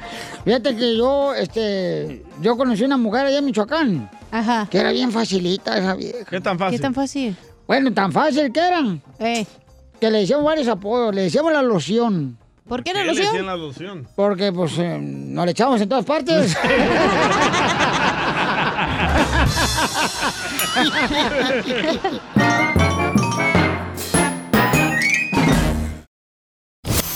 Speaker 1: Fíjate que yo, este, yo conocí una mujer allá en Michoacán. Ajá. Que era bien facilita esa vieja.
Speaker 2: ¿Qué tan fácil? ¿Qué tan
Speaker 10: fácil?
Speaker 1: Bueno, tan fácil que eran. Que le decíamos varios apodos, le decíamos la loción.
Speaker 10: ¿Por qué
Speaker 2: le hacían la
Speaker 10: *laughs*
Speaker 2: loción?
Speaker 1: Porque, pues, eh, nos le echamos en todas
Speaker 2: *laughs*
Speaker 1: partes.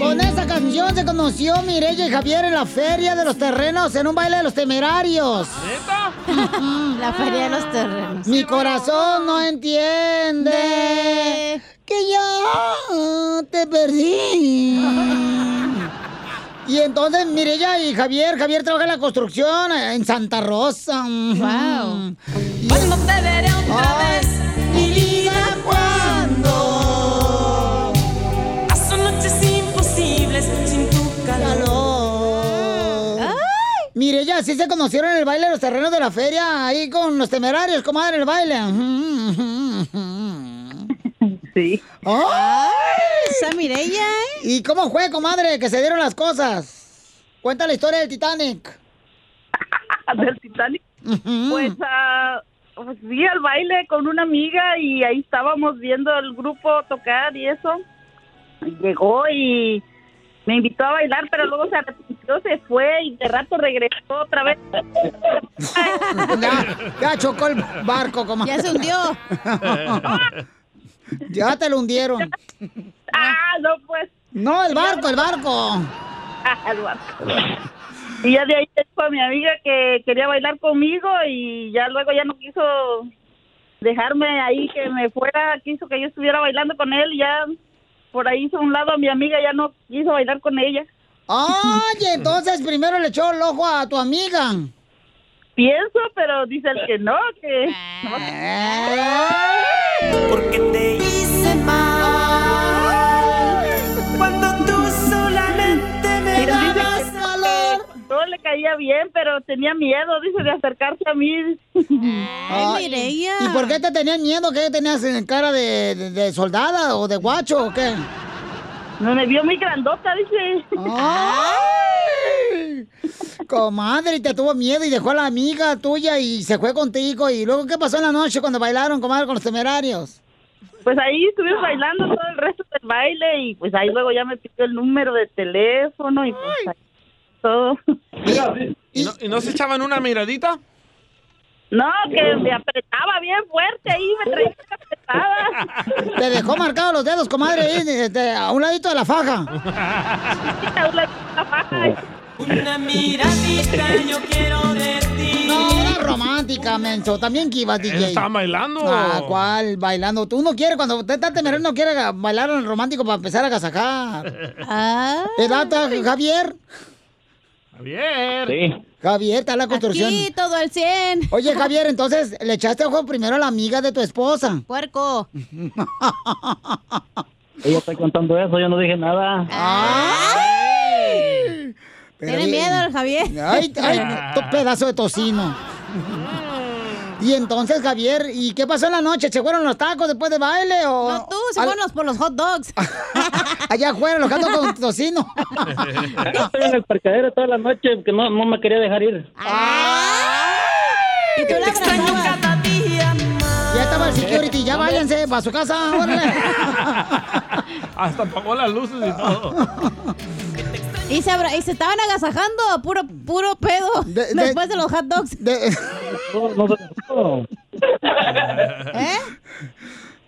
Speaker 1: Con esa canción se conoció Mireya y Javier en la Feria de los Terrenos, en un baile de los temerarios.
Speaker 10: *laughs* La Feria de los Terrenos.
Speaker 1: Mi corazón no entiende que ya te perdí. Y entonces Mireya y Javier, Javier trabaja en la construcción eh, en Santa Rosa. Wow.
Speaker 7: Hoy Pues no te veré otra vez, mi vida cuando son noches imposibles sin tu calor.
Speaker 1: Mireya, sí se conocieron en el baile de los terrenos de la feria, ahí con los temerarios, comadre, el baile. Sí.
Speaker 10: Esa Mireya, ¿eh?
Speaker 1: ¿Y cómo fue, comadre, que se dieron las cosas? Cuenta la historia del Titanic.
Speaker 12: *laughs* ¿Del Titanic? Pues, ah, pues fui al baile con una amiga y ahí estábamos viendo el grupo tocar y eso. Y Llegó y me invitó a bailar, pero luego se arrepintió, se fue y de rato regresó otra vez.
Speaker 1: *laughs* ya, ya Ah, chocó el barco, comadre.
Speaker 12: Ya se hundió.
Speaker 1: *laughs* ya te lo hundieron.
Speaker 12: Ah, no, pues.
Speaker 1: No, el barco, el barco.
Speaker 12: el barco. Y ya de ahí le dijo a mi amiga que quería bailar conmigo y ya luego ya no quiso dejarme ahí que me fuera, quiso que yo estuviera bailando con él y ya por ahí hizo un lado a mi amiga, ya no quiso bailar con ella.
Speaker 1: Oye, entonces primero le echó el ojo a tu amiga.
Speaker 12: Pienso, pero dice el que no, que...
Speaker 1: Ah.
Speaker 7: Porque te hice mal cuando tú solamente me
Speaker 12: Pero dice
Speaker 7: dabas
Speaker 12: que-
Speaker 7: calor.
Speaker 12: Todo le caía bien, pero tenía miedo, dice, de acercarse a mí.
Speaker 1: Ay, Ah, ¿Y por qué te tenían miedo? ¿Qué tenías en cara de, de- de soldada o de guacho o qué?
Speaker 12: No me vio muy grandota, dice.
Speaker 1: ¡Ay! Comadre, y te tuvo miedo y dejó a la amiga tuya y se fue contigo. ¿Y luego qué pasó en la noche cuando bailaron, comadre, con los temerarios?
Speaker 12: Pues ahí estuvimos
Speaker 10: Ah.
Speaker 12: bailando todo el resto del baile y pues ahí luego ya me pidió el número de teléfono y pues ahí todo. *laughs*
Speaker 2: ¿Y no, y no se echaban una miradita?
Speaker 12: No, que me apretaba bien fuerte ahí, me traía apretada.
Speaker 1: Te dejó marcados los dedos, comadre, ahí, este, a un ladito de la faja.
Speaker 7: *laughs* Una miradita yo quiero de ti.
Speaker 1: No, era romántica, menso. También que ibas, DJ.
Speaker 2: Estaba bailando.
Speaker 1: Ah, ¿cuál? Bailando. Tú no quieres, cuando usted está temerario, no quiere bailar en el romántico para empezar a casacar.
Speaker 10: Ah.
Speaker 1: ¿Edad, ta- Javier?
Speaker 2: Javier.
Speaker 1: Javier, está en la construcción.
Speaker 10: Aquí, todo al 100.
Speaker 1: Oye, Javier, entonces le echaste ojo primero a la amiga de tu esposa. *laughs*
Speaker 10: Puerco.
Speaker 14: Ella está contando eso, yo no dije nada.
Speaker 1: Ah. Pero
Speaker 10: *laughs* Tiene
Speaker 1: bien.
Speaker 10: miedo el Javier.
Speaker 1: *laughs* Ay, ay, to- pedazo de tocino.
Speaker 10: Mm.
Speaker 1: Y entonces, Javier, ¿y qué pasó en la noche? ¿Se fueron los tacos después de baile o...? No, tú,
Speaker 10: se fueron los- por los hot dogs.
Speaker 1: *laughs* Allá fueron los gatos con tocino.
Speaker 14: Yo estoy en el parcadero toda la noche porque no, no me quería dejar ir.
Speaker 10: *laughs* Y tú la abrazabas.
Speaker 1: Ya estaba el security, ya váyanse para su casa, órale.
Speaker 2: Hasta apagó las luces y todo.
Speaker 10: Y se, abra- y se estaban agasajando a puro, puro pedo después de los hot dogs. *laughs*
Speaker 1: No *laughs* se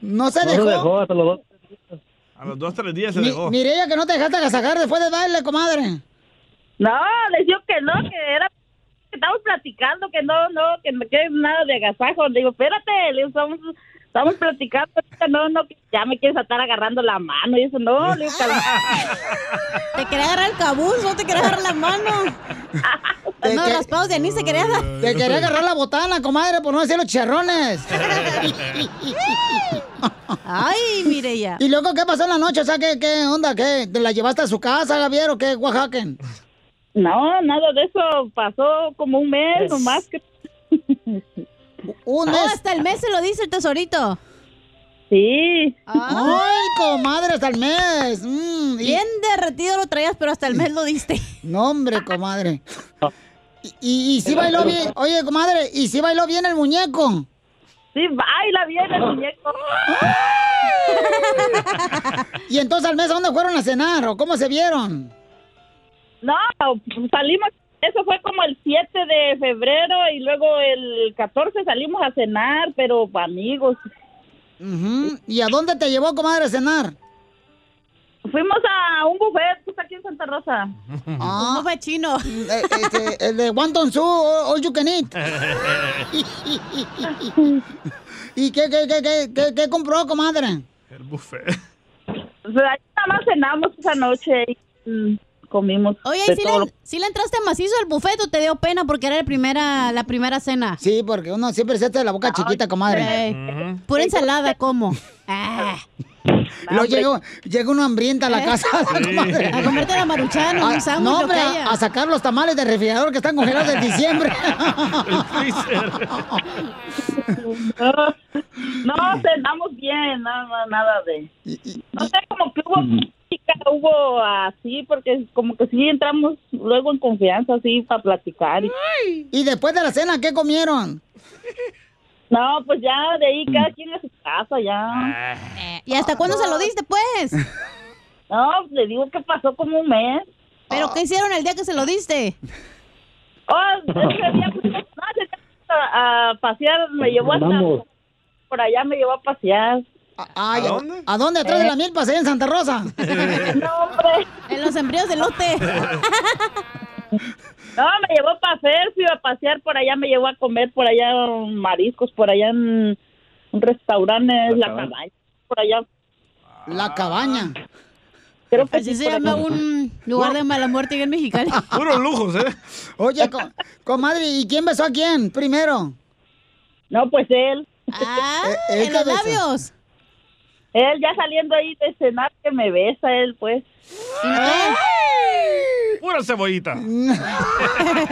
Speaker 2: No se
Speaker 1: dejó.
Speaker 2: dejó.
Speaker 21: Hasta los dos.
Speaker 2: A los dos, tres días se
Speaker 1: Mi-
Speaker 2: dejó.
Speaker 1: Mireya, que no te dejaste agasajar después del baile,
Speaker 2: *laughs*
Speaker 1: comadre.
Speaker 12: No, les digo que no, que era que estábamos platicando, que no, no, que no quieres nada de agasajo. Le digo, espérate, le digo, estamos, estamos platicando, ahorita no, no, que ya me quieres estar agarrando la mano y eso, no, le digo,
Speaker 10: *laughs* Te quería agarrar el cabuz, no te quería agarrar la mano.
Speaker 1: *laughs*
Speaker 10: No, raspados de anís se quería dar.
Speaker 1: Te quería agarrar la botana, comadre, por no decir los
Speaker 10: *laughs*
Speaker 1: charrones.
Speaker 10: Ay, Mireya.
Speaker 1: ¿Y luego qué pasó en la noche? O sea, ¿qué, qué onda? ¿Qué? ¿Te la llevaste a su casa, Javier, o qué, Oaxaca?
Speaker 12: No, nada de eso. Pasó como un mes nomás. Que...
Speaker 1: Un mes.
Speaker 10: hasta el mes se lo dice el tesorito.
Speaker 12: Sí.
Speaker 1: Ay, comadre, hasta el mes. Mm,
Speaker 10: Bien derretido lo traías, pero hasta el mes lo diste.
Speaker 1: No, hombre, comadre. Y, y sí bailó bien. Oye, comadre, ¿y sí bailó bien el muñeco?
Speaker 12: Sí, baila bien el muñeco.
Speaker 1: ¿Y entonces al mes a dónde fueron a
Speaker 10: *laughs*
Speaker 1: cenar o cómo se vieron?
Speaker 12: No, salimos. Eso fue como el 7 de febrero y luego el 14 salimos a cenar, pero pa' amigos.
Speaker 1: ¿Y a dónde te llevó, comadre, a cenar?
Speaker 12: Fuimos a un buffet pues, aquí en Santa Rosa.
Speaker 1: Ah.
Speaker 10: Un buffet chino.
Speaker 1: este, el de Wonton Su, all you
Speaker 12: *laughs*
Speaker 1: can eat. ¿Y qué, qué, qué, qué, qué, qué compró, comadre?
Speaker 2: El buffet.
Speaker 12: O sea, ahí nada más cenamos esa noche y mm, comimos.
Speaker 10: Oye,
Speaker 12: de
Speaker 10: ¿y si
Speaker 12: todo
Speaker 10: le, si le entraste macizo al buffet o te dio pena porque era la primera, la primera cena?
Speaker 1: Sí, porque uno siempre se hace la boca chiquita, comadre.
Speaker 10: Pura ensalada, ¿cómo? Ah.
Speaker 1: Luego llegó, llega uno hambrienta a la
Speaker 10: ¿Eh?
Speaker 1: *laughs* casa.
Speaker 10: Sí.
Speaker 1: comadre.
Speaker 10: A comerte la maruchan, un
Speaker 1: A-
Speaker 10: sándwich,
Speaker 1: Ah, No,
Speaker 10: lo
Speaker 1: hombre,
Speaker 10: que
Speaker 1: a,
Speaker 10: haya.
Speaker 1: a sacar los tamales del refrigerador que están congelados de diciembre.
Speaker 12: *laughs* No, cenamos bien, no, no, nada de... No sé, como que hubo plática, hubo así, porque como que sí entramos luego en confianza, así, para platicar. Y...
Speaker 1: ¿Y después de la cena qué comieron?
Speaker 12: No, pues ya de ahí cada quien a su casa,
Speaker 7: Ah.
Speaker 12: ya.
Speaker 10: ¿Y hasta cuándo se lo diste, pues?
Speaker 12: No, pues, le digo que pasó como un mes.
Speaker 10: ¿Pero qué hicieron el día que se lo diste?
Speaker 12: Oh, ese día fuimos a, a pasear, *laughs* me llevó hasta...
Speaker 1: Vamos.
Speaker 12: Por allá me llevó a pasear.
Speaker 1: Ah,
Speaker 12: Eh.
Speaker 1: Ay, ¿A dónde? ¿A dónde? ¿Atrás de la milpa? ¿Allá en Santa Rosa?
Speaker 12: *laughs* No, hombre.
Speaker 10: En los embrios del lote.
Speaker 12: *laughs* No, me llevó a pasear, fui a pasear por allá, me llevó a comer por allá um, mariscos, por allá en un restaurante, la,
Speaker 1: cabaña.
Speaker 12: cabaña, por allá.
Speaker 1: La cabaña.
Speaker 12: Creo que
Speaker 10: Así
Speaker 12: sí,
Speaker 10: se
Speaker 12: por
Speaker 10: llama
Speaker 12: allá.
Speaker 10: un lugar de mala muerte
Speaker 1: *laughs*
Speaker 10: en Mexicali.
Speaker 2: Puros lujos, ¿eh?
Speaker 1: Oye, co- comadre, ¿y quién besó a quién primero?
Speaker 12: No, pues él.
Speaker 10: *laughs* Ah,
Speaker 1: Eh, eh,
Speaker 10: en los
Speaker 1: cabeza.
Speaker 10: labios.
Speaker 12: Él ya saliendo ahí de cenar que me besa él, pues.
Speaker 2: Pura cebollita.
Speaker 1: ¡Ah!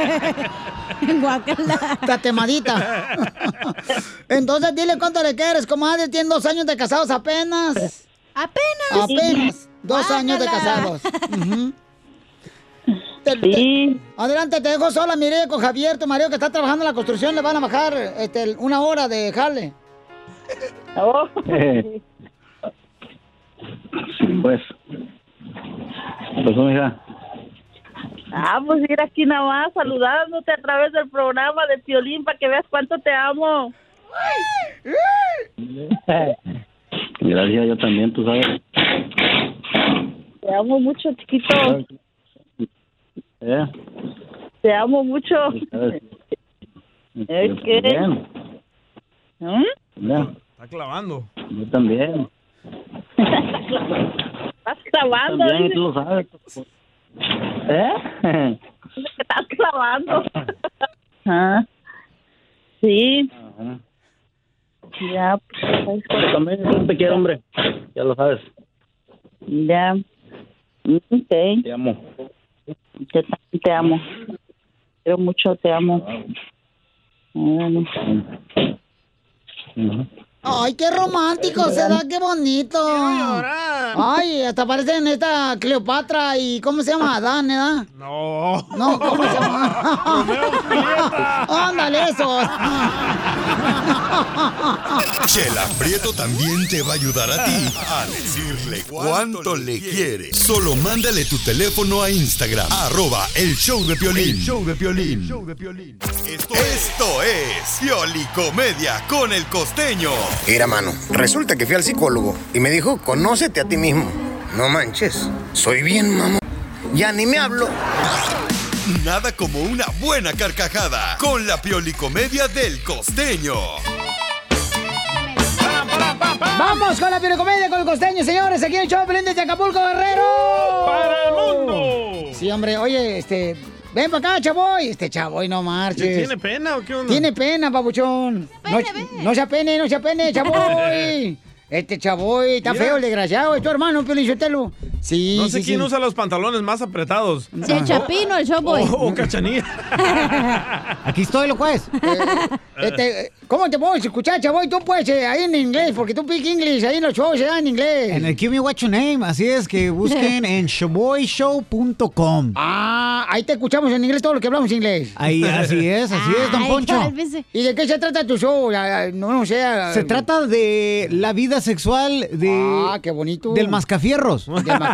Speaker 10: *laughs* Guacala.
Speaker 1: Tatemadita. Entonces dile cuánto le quieres, comadre. Tienen dos años de casados apenas.
Speaker 10: Apenas.
Speaker 1: Apenas. Dos
Speaker 10: Guácala.
Speaker 1: años de casados.
Speaker 10: *laughs*
Speaker 1: Ujú. Te- te- adelante, te dejo sola, mire, con Javier, tu marido que está trabajando en la construcción. Le van a bajar este, el- una hora de jale.
Speaker 12: Oh.
Speaker 1: *laughs*
Speaker 15: Pues. Pues, mija.
Speaker 12: Ah, pues ir aquí nada más saludándote a través del programa de Piolín para que veas cuánto te amo.
Speaker 15: *laughs* Gracias, yo también, tú sabes.
Speaker 12: Te amo mucho, chiquito.
Speaker 15: ¿Eh? Pues,
Speaker 12: Te amo mucho.
Speaker 15: ¿Sabes?
Speaker 12: Es
Speaker 15: Yo
Speaker 12: que...
Speaker 15: también,
Speaker 12: ¿Mm?
Speaker 15: mira,
Speaker 2: Está clavando.
Speaker 15: yo también.
Speaker 12: Estás clavando,
Speaker 15: También,
Speaker 12: dice
Speaker 15: tú lo sabes. ¿Eh?
Speaker 12: que estás clavando. Ah. Sí,
Speaker 15: Ajá.
Speaker 12: ya. pues,
Speaker 15: Yo también, yo te quiero, hombre. Ya lo sabes.
Speaker 12: Ya. Mm, Ok.
Speaker 15: Te amo.
Speaker 12: Yo también te amo. Quiero mucho, te amo. Órale.
Speaker 15: Ujú.
Speaker 1: Ay, qué romántico, se da, qué bonito. Ay, hasta parecen esta Cleopatra y ¿cómo se llama? Adán, ¿verdad?
Speaker 2: No.
Speaker 1: No, ¿cómo se llama? Ándale, eso.
Speaker 6: Chela Prieto también te va a ayudar a ti a decirle cuánto le quiere. Solo mándale tu teléfono a Instagram, arroba el show de Piolín.
Speaker 3: El
Speaker 6: show de Piolín. Esto, esto es Pioli Comedia con el costeño.
Speaker 16: Mira, mano, resulta que fui al psicólogo y me dijo, conócete a ti mismo. No manches, soy bien, mamá. Ya ni me hablo.
Speaker 6: Nada como una buena carcajada con la Pioli Comedia del costeño.
Speaker 1: Vamos con la pirocomedia con el costeño, señores. Aquí en el show de Pelín desde Acapulco, Guerrero. ¡Para el mundo! Sí, hombre, oye, este. Ven para acá, chavoy. Este chavoy no marches.
Speaker 2: ¿Tiene pena o qué onda?
Speaker 1: Tiene pena, papuchón. No, no se apene, no se apene, chavoy. Este chavoy está
Speaker 2: Mira.
Speaker 1: feo, el desgraciado. Es tu hermano, Pelín Sotelo. Sí,
Speaker 2: No sé
Speaker 1: sí,
Speaker 2: quién
Speaker 1: sí.
Speaker 2: usa los pantalones más apretados. Ah.
Speaker 10: Sí, el Chapino, el Showboy.
Speaker 1: Oh,
Speaker 2: O o Cachanilla.
Speaker 1: *laughs* Aquí estoy, lo juez. Este, eh, ¿Cómo te puedo escuchar, chavoy? Tú puedes eh, ahí en inglés, porque tú pick English, ahí en los shows se da en inglés.
Speaker 17: En el Give Me What's Your Name, así es que busquen en showboyshow.com.
Speaker 1: Ah, ahí te escuchamos en inglés todos los que hablamos inglés. *laughs*
Speaker 17: Ahí, así es, así es, don Poncho.
Speaker 1: ¿Y de qué se trata tu show? Ah, ah, No, no sé. ah,
Speaker 17: Se trata de la vida sexual de.
Speaker 1: Ah, qué bonito.
Speaker 17: Del mascafierros.
Speaker 1: Del mascafierros.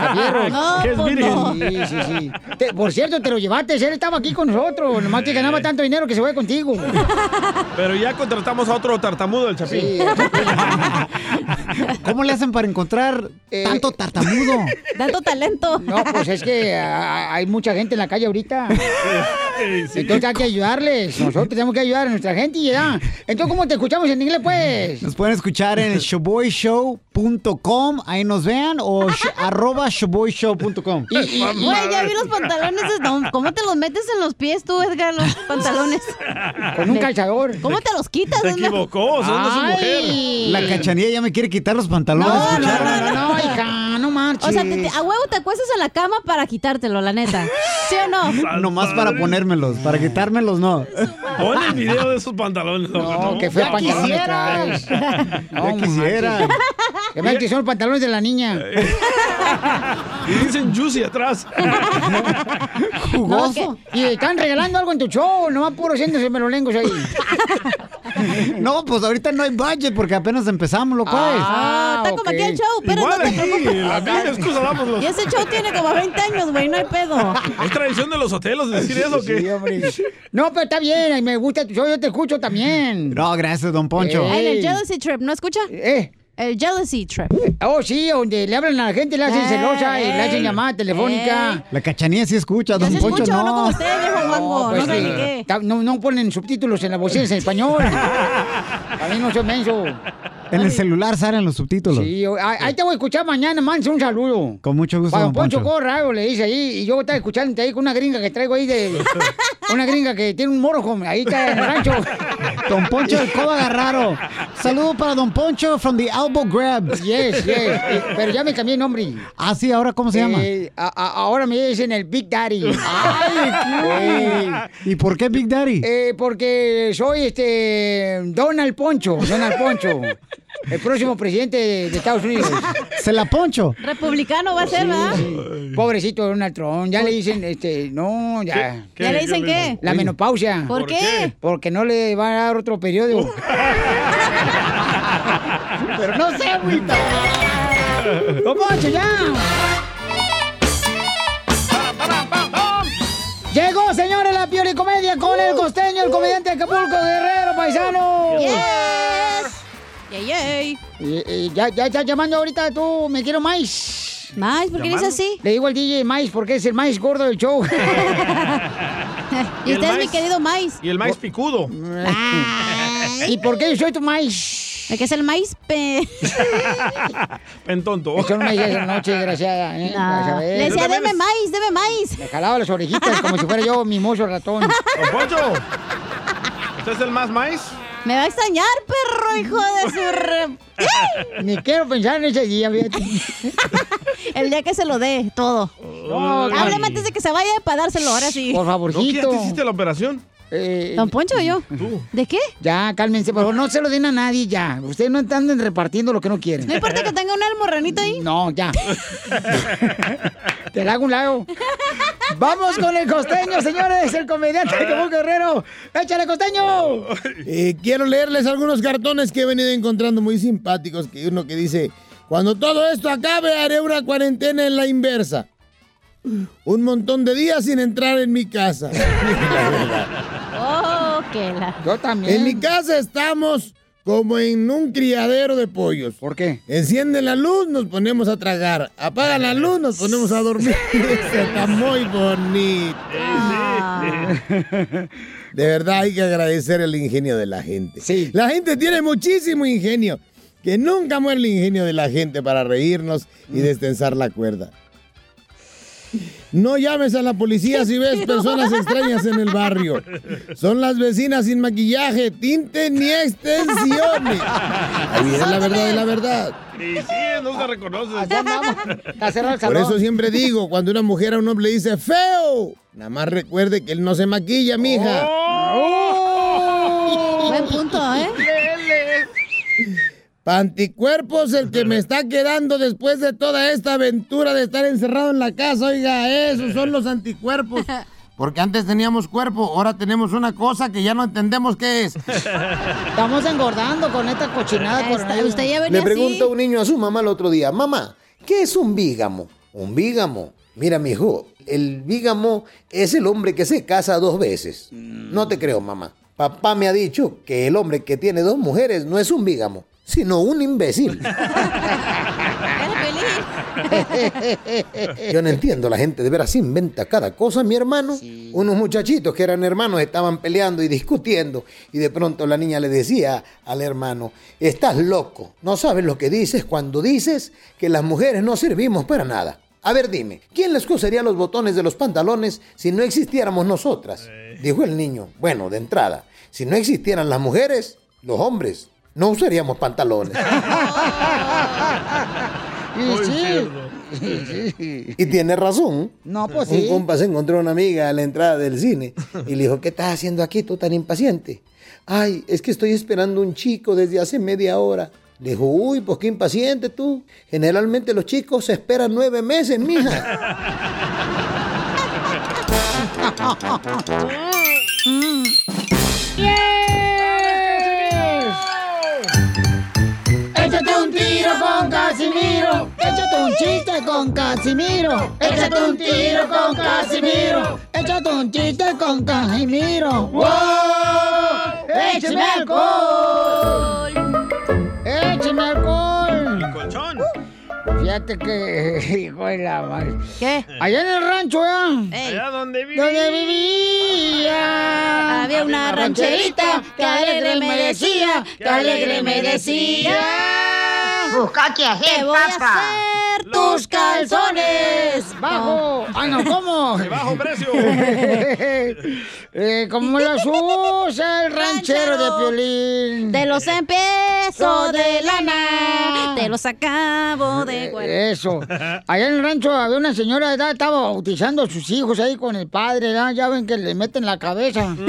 Speaker 1: No, Que es pues virgen. no. Sí, sí, sí. Te- por cierto, te lo llevaste, él estaba aquí con nosotros. Nomás que ganaba tanto dinero que se fue contigo.
Speaker 2: Pero ya contratamos a otro tartamudo, el Chapín.
Speaker 17: ¿Cómo le hacen para encontrar tanto tartamudo?
Speaker 10: Tanto talento.
Speaker 1: Eh, No, pues es que ah, hay mucha gente en la calle ahorita. Entonces hay que ayudarles. Nosotros tenemos que ayudar a nuestra gente y ya. Entonces, ¿cómo te escuchamos en inglés, pues?
Speaker 17: Nos pueden escuchar
Speaker 1: *laughs*
Speaker 17: en showboyshow.com, ahí nos vean, o
Speaker 1: *laughs*
Speaker 17: sh- arroba showboyshow.com.
Speaker 10: Güey, ya vi los pantalones. de Don- ¿Cómo te los metes en los pies tú,
Speaker 1: *laughs*
Speaker 10: Edgar, los pantalones?
Speaker 17: Con un
Speaker 10: De-
Speaker 1: calzador.
Speaker 10: ¿Cómo te los quitas?
Speaker 17: Se
Speaker 10: Es la-
Speaker 17: equivocó, son de su
Speaker 10: Ay.
Speaker 17: La cachanilla ya me quiere quitar los pantalones.
Speaker 10: No, no,
Speaker 17: ¿escucharon?
Speaker 10: no, no,
Speaker 1: no, hija, no marches.
Speaker 10: O sea, te- te- a huevo te acuestas en la cama para quitártelo, la neta. ¿Sí o
Speaker 2: Ah,
Speaker 10: no?
Speaker 17: *laughs* Nomás para ponérmelos, para quitármelos no.
Speaker 2: Pon el video de esos pantalones. No,
Speaker 1: que feo pantalones
Speaker 17: Ya quisiera.
Speaker 1: Que vean que son los pantalones de la niña.
Speaker 10: Eh,
Speaker 2: Y dicen juicy
Speaker 1: *laughs*
Speaker 2: atrás.
Speaker 1: No, es que- y están regalando algo en tu show, nomás puro siéndose melolengos
Speaker 10: *laughs*
Speaker 1: ahí.
Speaker 17: No, pues ahorita no hay budget porque apenas empezamos, lo cual.
Speaker 10: Ah, está como aquí el show, pero no te preocupes. Y ese show tiene como 20 años, güey, no hay pedo.
Speaker 2: ¿Es tradición de los hoteles decir eso o qué?
Speaker 1: Sí, hombre. *laughs* No, pero está bien, ay, me gusta tu show, yo te escucho también. Eh.
Speaker 17: No, gracias, don Poncho.
Speaker 10: Ah, En el Jealousy Trip, ¿no escucha? El Jealousy Trip. Eh,
Speaker 1: Oh, sí, donde le hablan a la gente, le hacen
Speaker 10: Ey,
Speaker 1: celosa y le hacen
Speaker 10: ey.
Speaker 1: llamada
Speaker 10: Eh.
Speaker 1: telefónica.
Speaker 17: La cachanilla sí escucha, don
Speaker 1: se
Speaker 17: Poncho
Speaker 1: escucha,
Speaker 17: no.
Speaker 1: no como usted,
Speaker 10: viejo guango,
Speaker 1: pues,
Speaker 10: no sabe
Speaker 1: sí.
Speaker 10: ni qué.
Speaker 1: Ta- No, no ponen subtítulos en la bocina en español. A mí no soy menso.
Speaker 17: En el celular salen los subtítulos.
Speaker 1: Sí, yo- ah, ahí te voy a escuchar mañana, manso, un saludo.
Speaker 17: Con mucho gusto,
Speaker 1: Para
Speaker 17: don
Speaker 1: don Poncho
Speaker 17: Poncho.
Speaker 1: Corrado le dice ahí, y yo estaba escuchando ahí con una gringa que traigo ahí
Speaker 17: *laughs*
Speaker 1: de. Una gringa que tiene un moro, hombre, ahí está en el rancho.
Speaker 17: Don Poncho del Coba Garraro. Saludo para Don Poncho from the Elbow Grab.
Speaker 1: Yes, yes. Eh, Pero ya me cambié el nombre.
Speaker 17: Ah, sí, ahora cómo se llama.
Speaker 1: Eh, a- a- ahora me dicen el Big
Speaker 17: *laughs*
Speaker 1: Daddy.
Speaker 17: Ay, ¿Y por qué Big Daddy?
Speaker 1: Eh, porque soy este Donald Poncho, Donald Poncho, el próximo presidente de, de Estados Unidos.
Speaker 17: *laughs* Se la poncho.
Speaker 10: Republicano va a ser, ¿verdad?
Speaker 1: Pobrecito Donald Trump, ya le dicen, este, no, ya.
Speaker 10: ¿Qué- qué- ¿Ya le dicen qué le dicen? qué?
Speaker 1: La menopausia.
Speaker 10: ¿Por ¿Por qué? qué?
Speaker 1: Porque no le va a dar otro
Speaker 10: *laughs*
Speaker 1: periodo. Pero no sé, agüita. ¡Don Poncho, ya! Llegó, señores, la Pioli Comedia con el costeño, el comediante de Acapulco, Guerrero, paisano.
Speaker 10: Yes. Yay, yay.
Speaker 1: Y- y ya, ya está llamando ahorita tú, me quiero maíz.
Speaker 10: ¿Maíz? ¿Por qué dices así?
Speaker 1: Le digo al DJ maíz porque es el maíz gordo del
Speaker 10: *laughs*
Speaker 1: show.
Speaker 10: Y,
Speaker 1: Y el
Speaker 10: usted es mi
Speaker 1: maíz.
Speaker 10: querido maíz.
Speaker 2: Y el
Speaker 1: Oh.
Speaker 2: maíz picudo.
Speaker 1: ¿Y por qué yo soy tu maíz?
Speaker 10: ¿De qué es el maíz? Pe...
Speaker 2: En tonto.
Speaker 1: Eso no me digas en la noche, desgraciada. ¿eh? Para saber.
Speaker 10: Le decía, deme maíz, deme maíz.
Speaker 1: Me jalaba las orejitas como si fuera yo mimoso ratón.
Speaker 2: Don Poncho. ¿Usted es el más maíz?
Speaker 10: Me va a extrañar, perro, hijo de su... re-
Speaker 1: *laughs* Ni quiero pensar en ese día, fíjate.
Speaker 10: *laughs* El día que se lo dé, todo.
Speaker 2: Ay.
Speaker 10: Hábleme antes de que se vaya para dárselo, ahora sí.
Speaker 2: ¿No que ya te hiciste la operación?
Speaker 1: eh,
Speaker 10: ¿Don Poncho o yo? ¿De qué?
Speaker 1: Ya, cálmense, por favor, no se lo den a nadie ya. Ustedes no están repartiendo lo que no quieren.
Speaker 10: No importa que tenga un almorranito ahí.
Speaker 1: *laughs* No, ya. Te la hago un lado. Vamos con el costeño, señores, el comediante de Acapulco Guerrero. ¡Échale, costeño!
Speaker 14: Ah. Eh, quiero leerles algunos cartones que he venido encontrando muy simpáticos. Que uno que dice, cuando todo esto acabe haré una cuarentena en la inversa. Un montón de días sin entrar en mi casa. *laughs* La verdad.
Speaker 10: Oh, que la.
Speaker 14: *laughs*
Speaker 1: Yo también.
Speaker 14: En mi casa estamos como en un criadero de pollos.
Speaker 1: ¿Por qué?
Speaker 14: Encienden la luz, nos ponemos a tragar. Apagan la luz, nos ponemos a
Speaker 1: *laughs*
Speaker 14: dormir. Está muy bonito. De verdad hay que agradecer el ingenio de la gente.
Speaker 1: Sí.
Speaker 14: La gente tiene muchísimo ingenio. Que nunca muere el ingenio de la gente para reírnos
Speaker 1: Mm.
Speaker 14: y destensar la cuerda. No llames a la policía si
Speaker 1: *laughs*
Speaker 14: ves personas extrañas en el barrio. Son las vecinas sin maquillaje, tinte ni extensiones. Ahí es la verdad, es la verdad.
Speaker 8: Y sí, no se reconoce.
Speaker 14: Por eso siempre digo, cuando una mujer a un hombre le dice feo, nada más recuerde que él no se maquilla, mija. *laughs*
Speaker 10: Buen punto, ¿eh?
Speaker 14: Panticuerpos, el que me está quedando después de toda esta aventura de estar encerrado en la casa, oiga, esos son los
Speaker 1: *laughs*
Speaker 14: anticuerpos. Porque antes teníamos cuerpo, ahora tenemos una cosa que ya no entendemos qué es.
Speaker 1: Estamos engordando con esta cochinada. coronavirus.
Speaker 14: Le pregunta un niño a su mamá el otro día, mamá, ¿qué es un vígamo? Un vígamo. Mira, mijo, el vígamo es el hombre que se casa dos veces. No te creo, mamá. Papá me ha dicho que el hombre que tiene dos mujeres no es un vígamo, sino un imbécil. *laughs* Yo no entiendo, la gente de veras inventa cada cosa, mi hermano. Unos muchachitos que eran hermanos estaban peleando y discutiendo y de pronto la niña le decía al hermano, estás loco, no sabes lo que dices cuando dices que las mujeres no servimos para nada. A ver, dime, ¿quién les cosería los botones de los pantalones si no existiéramos nosotras? Dijo el niño, bueno, de entrada, si no existieran las mujeres, los hombres no usaríamos pantalones.
Speaker 1: Y sí.
Speaker 14: Y tiene razón.
Speaker 1: No, pues
Speaker 14: Un
Speaker 1: sí.
Speaker 14: compa se encontró a una amiga a la entrada del cine y le dijo, ¿qué estás haciendo aquí tú tan impaciente? Ay, es que estoy esperando un chico desde hace media hora. Le dijo, uy, pues qué impaciente tú. Generalmente los chicos se esperan nueve meses,
Speaker 7: *laughs*
Speaker 14: mija.
Speaker 1: Échate un tiro con Casimiro. Échate un chiste con Casimiro. Échate un tiro con Casimiro. Échate un chiste con Casimiro. ¡Wow! ¡Échame alcohol! ¡Échame alcohol! ¡El colchón! Fíjate que, *laughs* hijo de la madre.
Speaker 10: ¿Qué?
Speaker 1: Allá en el rancho, ¿eh?
Speaker 8: Allá donde vive.
Speaker 1: Donde vivía.
Speaker 10: Había una rancherita que alegre me decía, que alegre me decía.
Speaker 1: Busca que
Speaker 10: Te voy a hacer tus calzones. Oh.
Speaker 1: Bajo. Ay, no, ¿cómo?
Speaker 10: *laughs* De
Speaker 8: bajo precio.
Speaker 1: *laughs* eh, ¿Cómo los usa el ranchero de Piolín?
Speaker 10: De los empezos de
Speaker 1: *laughs*
Speaker 10: lana, te los acabo de guardar.
Speaker 1: Eh, Eso. Allá en el rancho había una señora, ¿verdad? estaba bautizando a sus hijos ahí con el padre, ¿verdad? ya ven que le meten la cabeza
Speaker 10: Mm.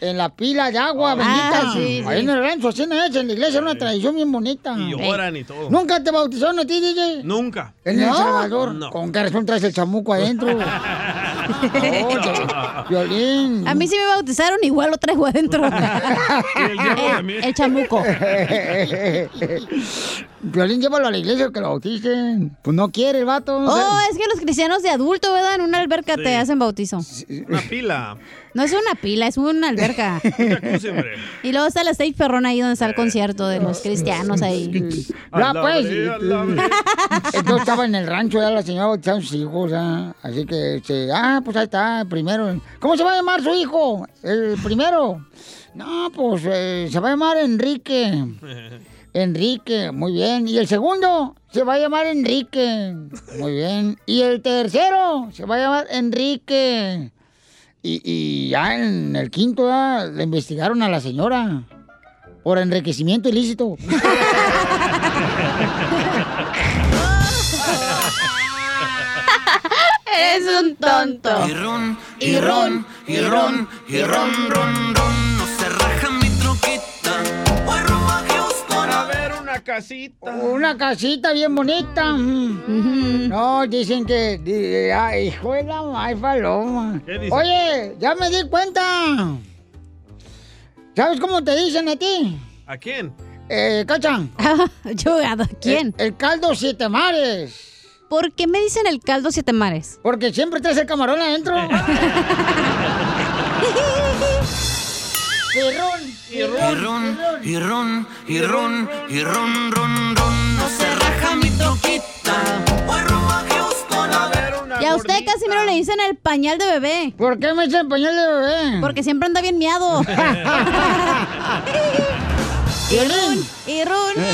Speaker 1: en la pila de agua bendita.
Speaker 8: Ah, sí,
Speaker 1: Ahí
Speaker 8: sí.
Speaker 1: en el rancho, así no es, en la iglesia, era una tradición bien bonita.
Speaker 8: Y lloran y todo.
Speaker 1: ¿Nunca te bautizaron a ti, DJ?
Speaker 8: Nunca.
Speaker 1: En El
Speaker 8: No.
Speaker 1: Salvador,
Speaker 8: No.
Speaker 1: con qué razón traes el chamuco adentro.
Speaker 8: *laughs*
Speaker 1: Oye, Violín.
Speaker 10: *laughs* A mí sí me bautizaron, igual lo traigo
Speaker 1: *laughs*
Speaker 10: adentro. el, el chamuco.
Speaker 1: Violín, llévalo a la iglesia que lo bauticen. Pues no quiere el vato. no sé.
Speaker 10: Oh, es que los cristianos de adulto, ¿verdad? En una alberca
Speaker 1: Sí.
Speaker 10: te hacen bautizo.
Speaker 8: Una pila.
Speaker 10: No es una pila, es una alberca. y luego está la stage perrona ahí donde está el concierto de los cristianos ahí.
Speaker 1: Ya, pues. Entonces estaba en el rancho, ya la señora bautizaba a sus hijos, ya. Así que, este, ah, pues ahí está, el primero. ¿Cómo se va a llamar su hijo? El primero. No, pues eh, se va a llamar Enrique. Enrique, muy bien. Y el segundo se va a llamar Enrique. Muy bien. Y el tercero se va a llamar Enrique. Y, y ya en el quinto ya, le investigaron a la señora por enriquecimiento ilícito.
Speaker 10: Eres un tonto.
Speaker 7: Y ron, y ron, y ron, y ron, ron, ron. No se raja mi troquita. Puerro bajeos por haber
Speaker 2: una casita.
Speaker 1: Una casita bien bonita. No, dicen que. di- Ay, hijo de la ma- ay, paloma.
Speaker 7: ¿Qué dicen?
Speaker 1: Oye, ya me di cuenta. ¿Sabes cómo te dicen a ti?
Speaker 2: ¿A quién?
Speaker 1: Eh, ¿Cachan?
Speaker 10: Jugado, ¿quién?
Speaker 1: El, caldo siete mares.
Speaker 10: ¿Por qué me dicen el caldo siete mares?
Speaker 1: Porque siempre traes el camarón adentro. Pirrón,
Speaker 7: *laughs* Y ron, y ron, y ron, y ron, ron, ron. No se raja mi troquita. Puerro bajeos por haber una
Speaker 10: Y a usted casi mero le dicen el pañal de bebé.
Speaker 1: ¿Por qué me dicen pañal de bebé?
Speaker 10: Porque siempre anda bien miado.
Speaker 1: Y ron.
Speaker 10: Y ron.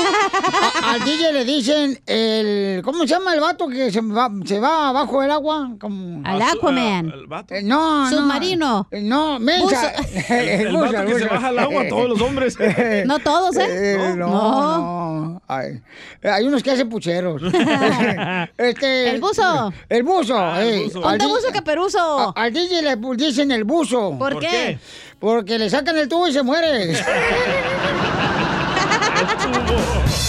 Speaker 1: A- al DJ le dicen el. ¿Cómo se llama el vato que se va, se va abajo del agua? Como...
Speaker 10: Al Azu-
Speaker 7: Ah,
Speaker 10: Aquaman.
Speaker 1: Eh,
Speaker 2: *laughs*
Speaker 1: no, no.
Speaker 10: Submarino.
Speaker 1: Eh, No, mensa.
Speaker 10: Buzo.
Speaker 2: El- el vato que se baja al agua, todos los hombres.
Speaker 7: *laughs*
Speaker 10: No todos, ¿eh?
Speaker 1: no,
Speaker 10: No.
Speaker 1: no. Ay, eh, hay unos que hacen
Speaker 10: *laughs*
Speaker 1: pucheros. *laughs* este,
Speaker 10: El buzo.
Speaker 1: El buzo. eh. Al
Speaker 10: Ponte
Speaker 1: di-
Speaker 10: buzo caperuso.
Speaker 1: a- Al DJ le pu- dicen el buzo.
Speaker 10: ¿Por ¿Por qué? qué?
Speaker 1: Porque le sacan el tubo y se muere.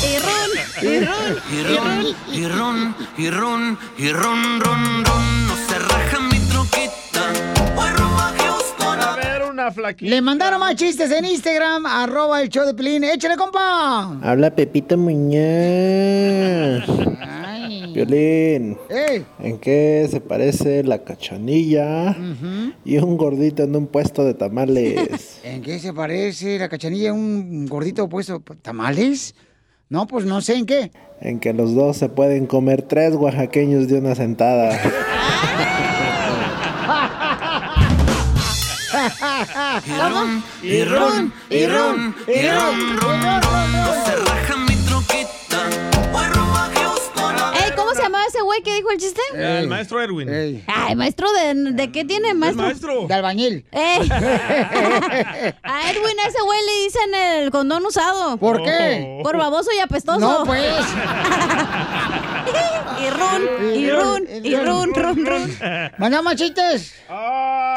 Speaker 10: Y ron.
Speaker 7: Y ron, y ron, y ron, y ron, ron, ron. No se raja mi troquita. Puerro bajeos por haber
Speaker 2: una flaquita.
Speaker 1: Le mandaron más chistes en Instagram, arroba el show de Pelín. ¡Échale, compa!
Speaker 4: Habla Pepita Muñoz. Violín.
Speaker 1: ¡Ey!
Speaker 4: ¿En qué se parece la cachanilla y un gordito en un puesto de
Speaker 1: *laughs*
Speaker 4: tamales?
Speaker 1: ¿En qué se parece la cachanilla a un gordito puesto? ¿Tamales? No, pues no sé en qué.
Speaker 4: en que los dos se pueden comer tres oaxaqueños de una sentada.
Speaker 7: ron, y ron, y ron, y ron, ron, ron. No se raja mi troquita. Puerro bajeos por haber
Speaker 10: Ey, ¿cómo se llamaba ese güey que dijo el chiste?
Speaker 2: El maestro Erwin.
Speaker 10: Ay, maestro, ¿de, de qué tiene maestro?
Speaker 2: maestro.
Speaker 1: De albañil. *laughs*
Speaker 10: Ey. A Edwin, a ese güey le dicen el condón usado. Oh.
Speaker 1: ¿Por qué?
Speaker 10: Por baboso y apestoso.
Speaker 1: No, pues.
Speaker 10: *laughs* y ron, y ron, y ron, ron, ron.
Speaker 1: ¡Manda más chistes!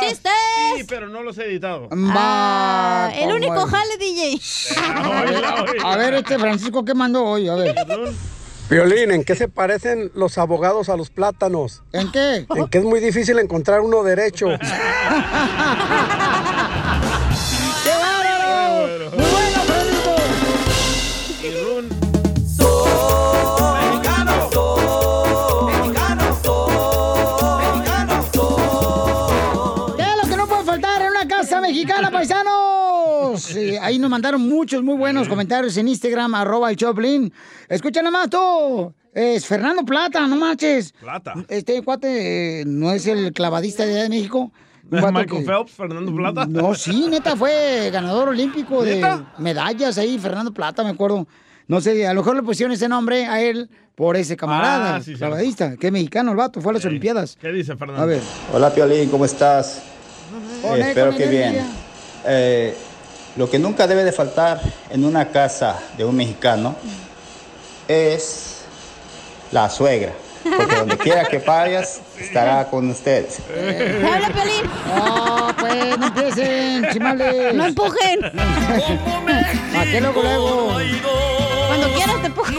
Speaker 10: ¡Chistes!
Speaker 2: Sí, pero no los he editado.
Speaker 10: Ah,
Speaker 1: Va,
Speaker 10: el
Speaker 1: como
Speaker 10: único
Speaker 1: el-
Speaker 10: jale, DJ.
Speaker 1: A ver, este Francisco, ¿qué mandó hoy? A ver.
Speaker 19: Violín, ¿en qué se parecen los abogados a los plátanos?
Speaker 1: ¿En qué?
Speaker 19: En que es muy difícil encontrar uno
Speaker 1: *laughs*
Speaker 19: derecho.
Speaker 1: ¡Qué bárbaro! ¡Muy bueno, Francisco! ¿Qué es lo que no puede faltar en una casa mexicana, paisanos? Sí, ahí nos mandaron muchos muy buenos comentarios en Instagram, arroba el Choplin. Escucha nomás tú. Es Fernando Plata, no manches.
Speaker 2: Plata.
Speaker 1: Este cuate eh, no es el clavadista de allá de México.
Speaker 2: *laughs*
Speaker 1: Un vato
Speaker 2: Michael
Speaker 1: que-
Speaker 2: Phelps, Fernando Plata.
Speaker 1: No, sí, neta, fue ganador olímpico de
Speaker 2: ¿Neta?
Speaker 1: medallas ahí, Fernando Plata, me acuerdo. No sé, a lo mejor le pusieron ese nombre a él por ese camarada,
Speaker 2: Ah, sí, cierto.
Speaker 1: clavadista, que es mexicano el vato, fue a las Olimpiadas.
Speaker 2: ¿Qué dice Fernando?
Speaker 1: A ver.
Speaker 20: Hola Piolín, ¿cómo estás?
Speaker 1: Con él,
Speaker 20: espero
Speaker 1: con
Speaker 20: que
Speaker 1: él,
Speaker 20: bien.
Speaker 1: mira.
Speaker 20: Eh, lo que nunca debe de faltar en una casa de un mexicano es la suegra. Porque donde quiera que
Speaker 2: *laughs*
Speaker 20: vayas, estará con ustedes.
Speaker 7: Eh. *laughs*
Speaker 10: ¡Habla, Pelín!
Speaker 1: ¡Oh, pues, no empiecen, chimales!
Speaker 10: ¡No empujen!
Speaker 1: ¿A qué luego, luego?
Speaker 10: Cuando quieras te empujan.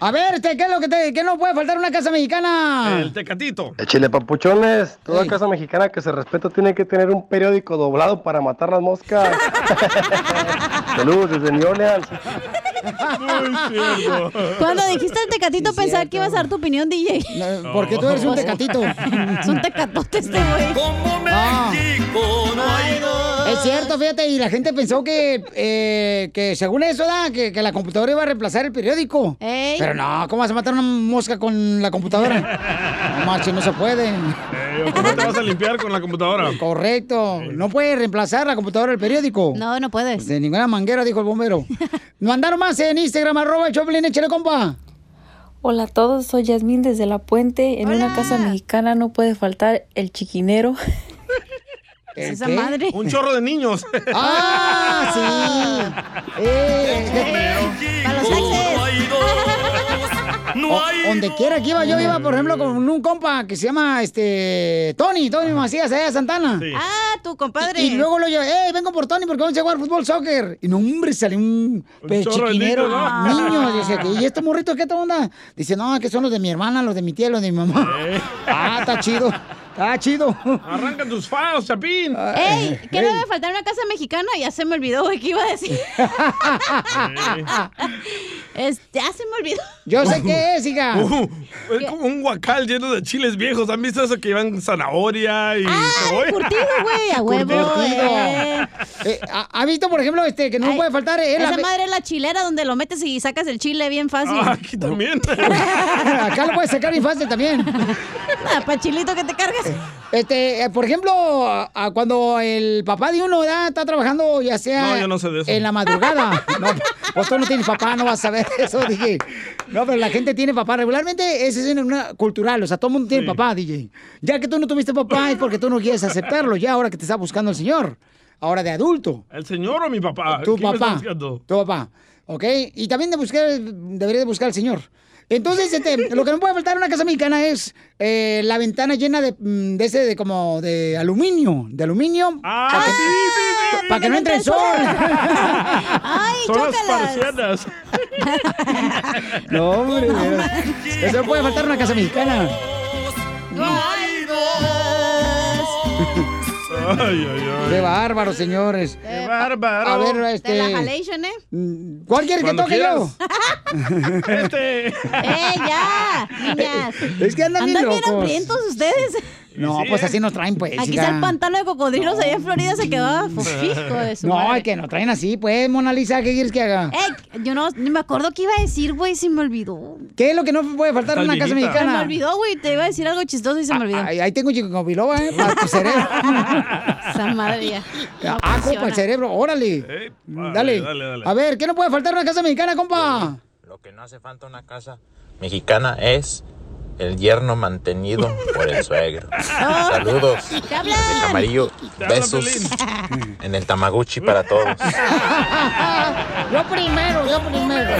Speaker 1: A ver, este, ¿qué es lo que, te- qué no puede faltar en una casa mexicana?
Speaker 2: El tecatito.
Speaker 19: Chile papuchones, toda casa mexicana que se respeta tiene que tener un periódico doblado para matar las moscas. Saludos desde New Orleans.
Speaker 10: Cuando dijiste el tecatito, pensaba que ibas a dar tu opinión, DJ.
Speaker 1: porque tú eres un
Speaker 10: *laughs*
Speaker 1: tecatito.
Speaker 10: es un tecatote este güey.
Speaker 1: Ah. Es cierto, fíjate, y la gente pensó que, eh, que según eso, da, que, que la computadora iba a reemplazar el periódico. Pero no, ¿cómo vas a matar una mosca con la
Speaker 10: *laughs*
Speaker 1: computadora? No marche, no se puede.
Speaker 2: Eh, ¿o ¿Cómo te vas a limpiar con la computadora?
Speaker 1: Correcto. No puede reemplazar la computadora el periódico.
Speaker 10: No, no puedes.
Speaker 1: De ninguna manguera, dijo el
Speaker 10: *laughs*
Speaker 1: bombero. Mandaron más en Instagram, arroba el Choplin, échale compa.
Speaker 18: Hola a todos, soy Yasmín desde La Puente. En una casa mexicana no puede faltar el chiquinero.
Speaker 2: ¿Qué? Un chorro de niños.
Speaker 1: ¡Ah, sí! eh.
Speaker 7: Para los taxis.
Speaker 1: O- Donde quiera que iba, yo iba, por ejemplo, con un compa que se llama este Tony, Tony Macías, allá de Santana.
Speaker 10: Ah, tu compadre.
Speaker 1: Y, y luego lo llevo, ¡eh, vengo por Tony porque vamos a jugar fútbol, soccer! Y no, hombre, salió un, pe-
Speaker 7: chorro de
Speaker 1: chiquinero,
Speaker 7: niños, ¿no?
Speaker 1: niño. Dice, que, ¿y estos morritos qué onda? Dice, no, que son los de mi hermana, los de mi tía, los de mi mamá. Ah, está chido, está chido. Ah, eh,
Speaker 2: Arranca tus faos, chapín.
Speaker 1: *laughs*
Speaker 10: ¡Ey! ¿Qué no debe faltar una casa mexicana? Ya se me olvidó, güey, ¿qué iba a decir? Es- Este, ya se me olvidó.
Speaker 1: Yo sé qué es, hija.
Speaker 2: Uh, es como un guacal lleno de chiles viejos. ¿Han visto eso que llevan zanahoria y cebolla?
Speaker 10: curtido, Ah, güey,
Speaker 2: *laughs*
Speaker 10: a huevo, eh.
Speaker 1: Eh, ¿ha- ¿Ha visto, por ejemplo, este que no puede faltar? eh,
Speaker 10: Esa
Speaker 1: la-
Speaker 10: madre es la chilera donde lo metes y sacas el chile bien fácil.
Speaker 2: Ah, Aquí también.
Speaker 1: *laughs* Acá lo puedes sacar fácil también.
Speaker 10: Para Ah, chilito que te cargas.
Speaker 1: Este, eh, por ejemplo, a- a cuando el papá de uno ¿verdad? está trabajando, ya sea
Speaker 2: No, yo no sé de eso.
Speaker 1: en la
Speaker 2: *laughs*
Speaker 1: madrugada. No, vos tú no tienes papá, no vas a saber eso, DJ. No, pero la gente tiene papá. Regularmente esa es una cultural, o sea, todo el mundo tiene papá, DJ. Ya que tú no tuviste papá es porque tú no quieres aceptarlo, ya ahora que te está buscando el señor, ahora de adulto.
Speaker 2: ¿El señor o mi papá?
Speaker 1: Tu
Speaker 2: ¿Qué me
Speaker 1: papá.
Speaker 2: estás diciendo?
Speaker 1: Tu papá. ¿Ok? Y también de buscar, debería de buscar al señor. Entonces, este, *laughs* lo que no puede faltar en una casa mexicana es eh, la ventana llena de, mm, de ese, de como, de aluminio. De aluminio.
Speaker 2: Ah,
Speaker 1: para que, pa' que no entre el sol. *laughs*
Speaker 10: *laughs* Ay,
Speaker 2: Son las parcianas.
Speaker 1: chócalas. *laughs* no, hombre. de veras. Eso no puede faltar en una casa mexicana. Qué bárbaro, señores.
Speaker 10: Qué
Speaker 2: bárbaro.
Speaker 1: A ver, este... mm,
Speaker 10: Te
Speaker 1: *laughs*
Speaker 10: la jalation, ¿eh?
Speaker 1: ¿Cuál quieres que
Speaker 10: Cuando
Speaker 1: toque yo? *laughs*
Speaker 2: este.
Speaker 10: ¡Eh, ya! Niñas.
Speaker 1: *laughs* Es que andan bien locos.
Speaker 10: hambrientos ustedes.
Speaker 1: No, pues así nos traen, pues.
Speaker 10: Aquí
Speaker 1: hija.
Speaker 10: está el pantano de cocodrilos allá en Florida se
Speaker 1: *laughs*
Speaker 10: quedó fijo Pues de su
Speaker 1: No,
Speaker 10: madre.
Speaker 1: es que nos traen así, pues, Mona Lisa, ¿qué quieres que haga?
Speaker 10: Ey, yo no ni me acuerdo qué iba a decir, güey, se me olvidó.
Speaker 1: ¿Qué es lo que no puede faltar en una casa
Speaker 10: Se me
Speaker 1: mexicana?
Speaker 10: olvidó, güey, te iba a decir algo chistoso y se me olvidó.
Speaker 1: Ahí, ahí tengo chico biloba,
Speaker 10: *laughs*
Speaker 1: ¿eh? Para tu cerebro.
Speaker 10: Esa madre ya.
Speaker 1: ah, compa, el cerebro, órale.
Speaker 8: Eh,
Speaker 1: Mm, dale.
Speaker 7: dale, dale.
Speaker 1: A ver, ¿qué no puede faltar en una casa mexicana, compa?
Speaker 8: Lo que no hace falta en una casa mexicana es el yerno mantenido por el suegro.
Speaker 2: Ah.
Speaker 8: Saludos
Speaker 7: ¡Te hablan!
Speaker 8: de Camarillo,
Speaker 7: Te hablan,
Speaker 2: *laughs*
Speaker 8: besos en el Tamaguchi para todos.
Speaker 1: Yo primero, yo primero.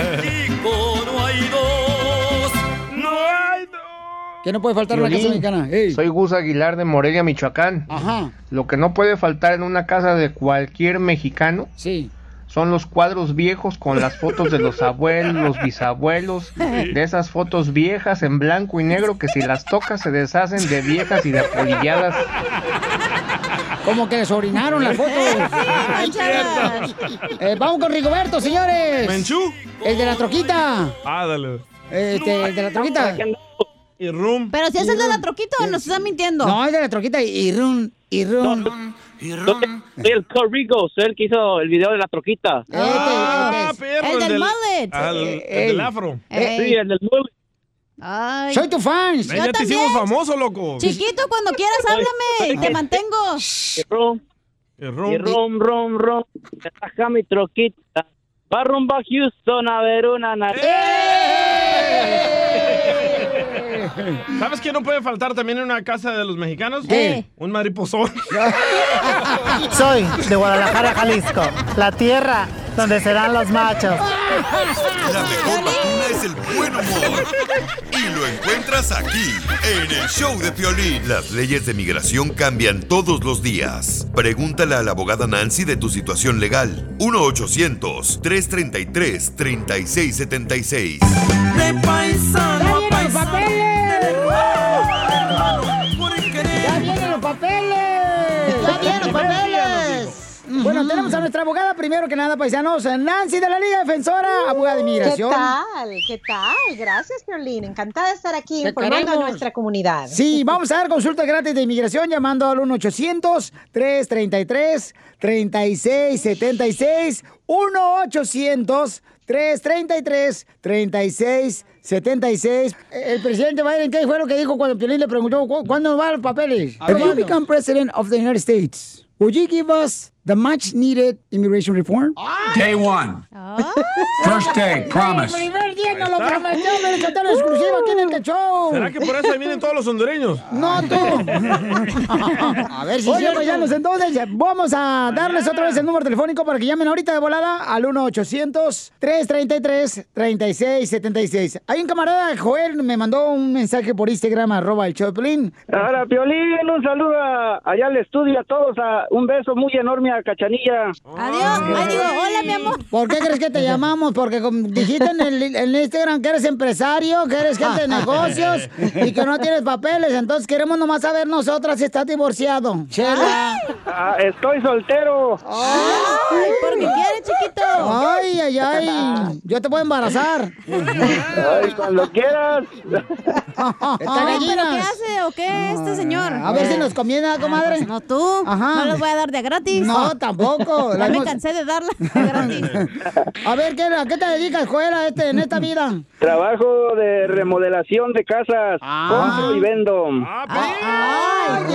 Speaker 1: ¿Qué no puede faltar en una casa
Speaker 9: Piolín,
Speaker 1: mexicana?
Speaker 9: Soy Gus Aguilar de Morelia, Michoacán.
Speaker 1: Ajá.
Speaker 9: Lo que no puede faltar en una casa de cualquier mexicano son los cuadros viejos con las fotos de los abuelos, los bisabuelos,
Speaker 7: Sí.
Speaker 9: de esas fotos viejas en blanco y negro que si las tocas se deshacen de viejas y de apolilladas.
Speaker 1: Como que les orinaron las
Speaker 10: *laughs*
Speaker 1: fotos.
Speaker 2: *laughs*
Speaker 1: Eh, vamos con Rigoberto, señores.
Speaker 2: ¿Menchú?
Speaker 1: El de la troquita.
Speaker 2: Ah, dale.
Speaker 1: Este, el de la troquita.
Speaker 2: Y rum.
Speaker 10: Pero si es el de la troquita, nos están mintiendo.
Speaker 1: No, es de la troquita y rum, y rum.
Speaker 22: Soy el Corrigo, soy el que hizo el video de la troquita.
Speaker 2: Ah, perro,
Speaker 10: el del mullet.
Speaker 2: mallet. el, el
Speaker 22: Ey.
Speaker 2: del
Speaker 11: *laughs*
Speaker 2: afro.
Speaker 11: Eh,
Speaker 10: Ey.
Speaker 22: Sí, el del mullet.
Speaker 10: Ay.
Speaker 1: Soy tu fan.
Speaker 2: Ey, Ya te hicimos famoso, loco.
Speaker 10: Chiquito, cuando quieras,
Speaker 2: *laughs*
Speaker 10: háblame. Te mantengo.
Speaker 22: Rom,
Speaker 2: rom,
Speaker 22: rom, rom, rom. Baja mi troquita. Va rumbo a Houston a ver una nariz.
Speaker 2: ¡Eh! ¿Sabes qué no puede faltar también en una casa de los mexicanos?
Speaker 25: ¿Qué?
Speaker 2: Un mariposón.
Speaker 25: Soy de Guadalajara, Jalisco, la tierra donde serán los machos.
Speaker 6: La mejor vacuna es el buen humor. Y lo encuentras aquí, en el show de Piolín.
Speaker 23: Las leyes de migración cambian todos los días.
Speaker 6: Pregúntale a la abogada Nancy de tu situación legal. 1-800-333-3676.
Speaker 7: De paisano a
Speaker 1: ¡Ya vienen los
Speaker 24: Pues,
Speaker 1: papeles!
Speaker 7: ¡Ya vienen los
Speaker 1: papeles! pues, Bueno, tenemos a nuestra abogada primero que nada, paisanos, Nancy de la Liga Defensora, Ah, abogada de inmigración.
Speaker 24: ¿Qué tal? ¿Qué tal? Gracias, Violín. Encantada de estar aquí
Speaker 1: Te
Speaker 24: informando
Speaker 1: queremos.
Speaker 24: a nuestra comunidad.
Speaker 1: *laughs* Sí, vamos a dar consulta gratis de inmigración llamando al 1-800-333-3676. 1-800-333-3676. El presidente Biden, ¿qué fue lo que dijo cuando Piolín le preguntó "¿Cu- cuándo van los papeles?
Speaker 17: A
Speaker 1: If
Speaker 17: ver.
Speaker 1: you become president of the United States, would you give us the much needed immigration reform?
Speaker 5: Day one. First day, promise.
Speaker 1: El primer día nos lo prometió, Mary Sotelo, exclusiva aquí en el The Show.
Speaker 2: ¿Será que por eso ahí vienen todos los hondureños?
Speaker 1: No, *laughs* tú. a ver si Oye,
Speaker 2: cierto.
Speaker 1: paisanos, entonces vamos a darles otra vez el número telefónico para que llamen ahorita de volada al 1-800-333-3676. Hay un camarada, Joel, me mandó un mensaje por Instagram, arroba el Choplin.
Speaker 11: Ahora, Piolín, un saludo a- allá al estudio, a todos, a- un beso muy enorme a Cachanilla.
Speaker 1: Adiós, hola mi amor. ¿Por qué crees que *laughs* te llamamos? Porque como dijiste en el en Instagram que eres empresario, que eres *laughs* gente de negocios y que no tienes papeles. Entonces queremos nomás saber nosotras si estás divorciado. Chela.
Speaker 11: Ah, estoy soltero.
Speaker 1: Ay, porque quieres, chiquito. Ay, ay, ay. Yo te puedo embarazar.
Speaker 11: Ay, cuando quieras.
Speaker 1: *laughs* Está
Speaker 10: Ay, ¿Pero qué
Speaker 1: gallinas.
Speaker 10: hace o qué este señor? pues
Speaker 1: A ver si nos conviene, ¿ah, comadre.
Speaker 10: no tú. No los voy a dar de gratis.
Speaker 1: No, tampoco.
Speaker 10: *laughs* Ya
Speaker 1: La
Speaker 10: me
Speaker 1: hemos-
Speaker 10: cansé de darla.
Speaker 1: *laughs* A ver, ¿qué, ¿a qué te dedicas, Joel, a este, en esta vida?
Speaker 11: Trabajo de remodelación de casas.
Speaker 10: Ah.
Speaker 11: Compro y vendo.
Speaker 1: Ay,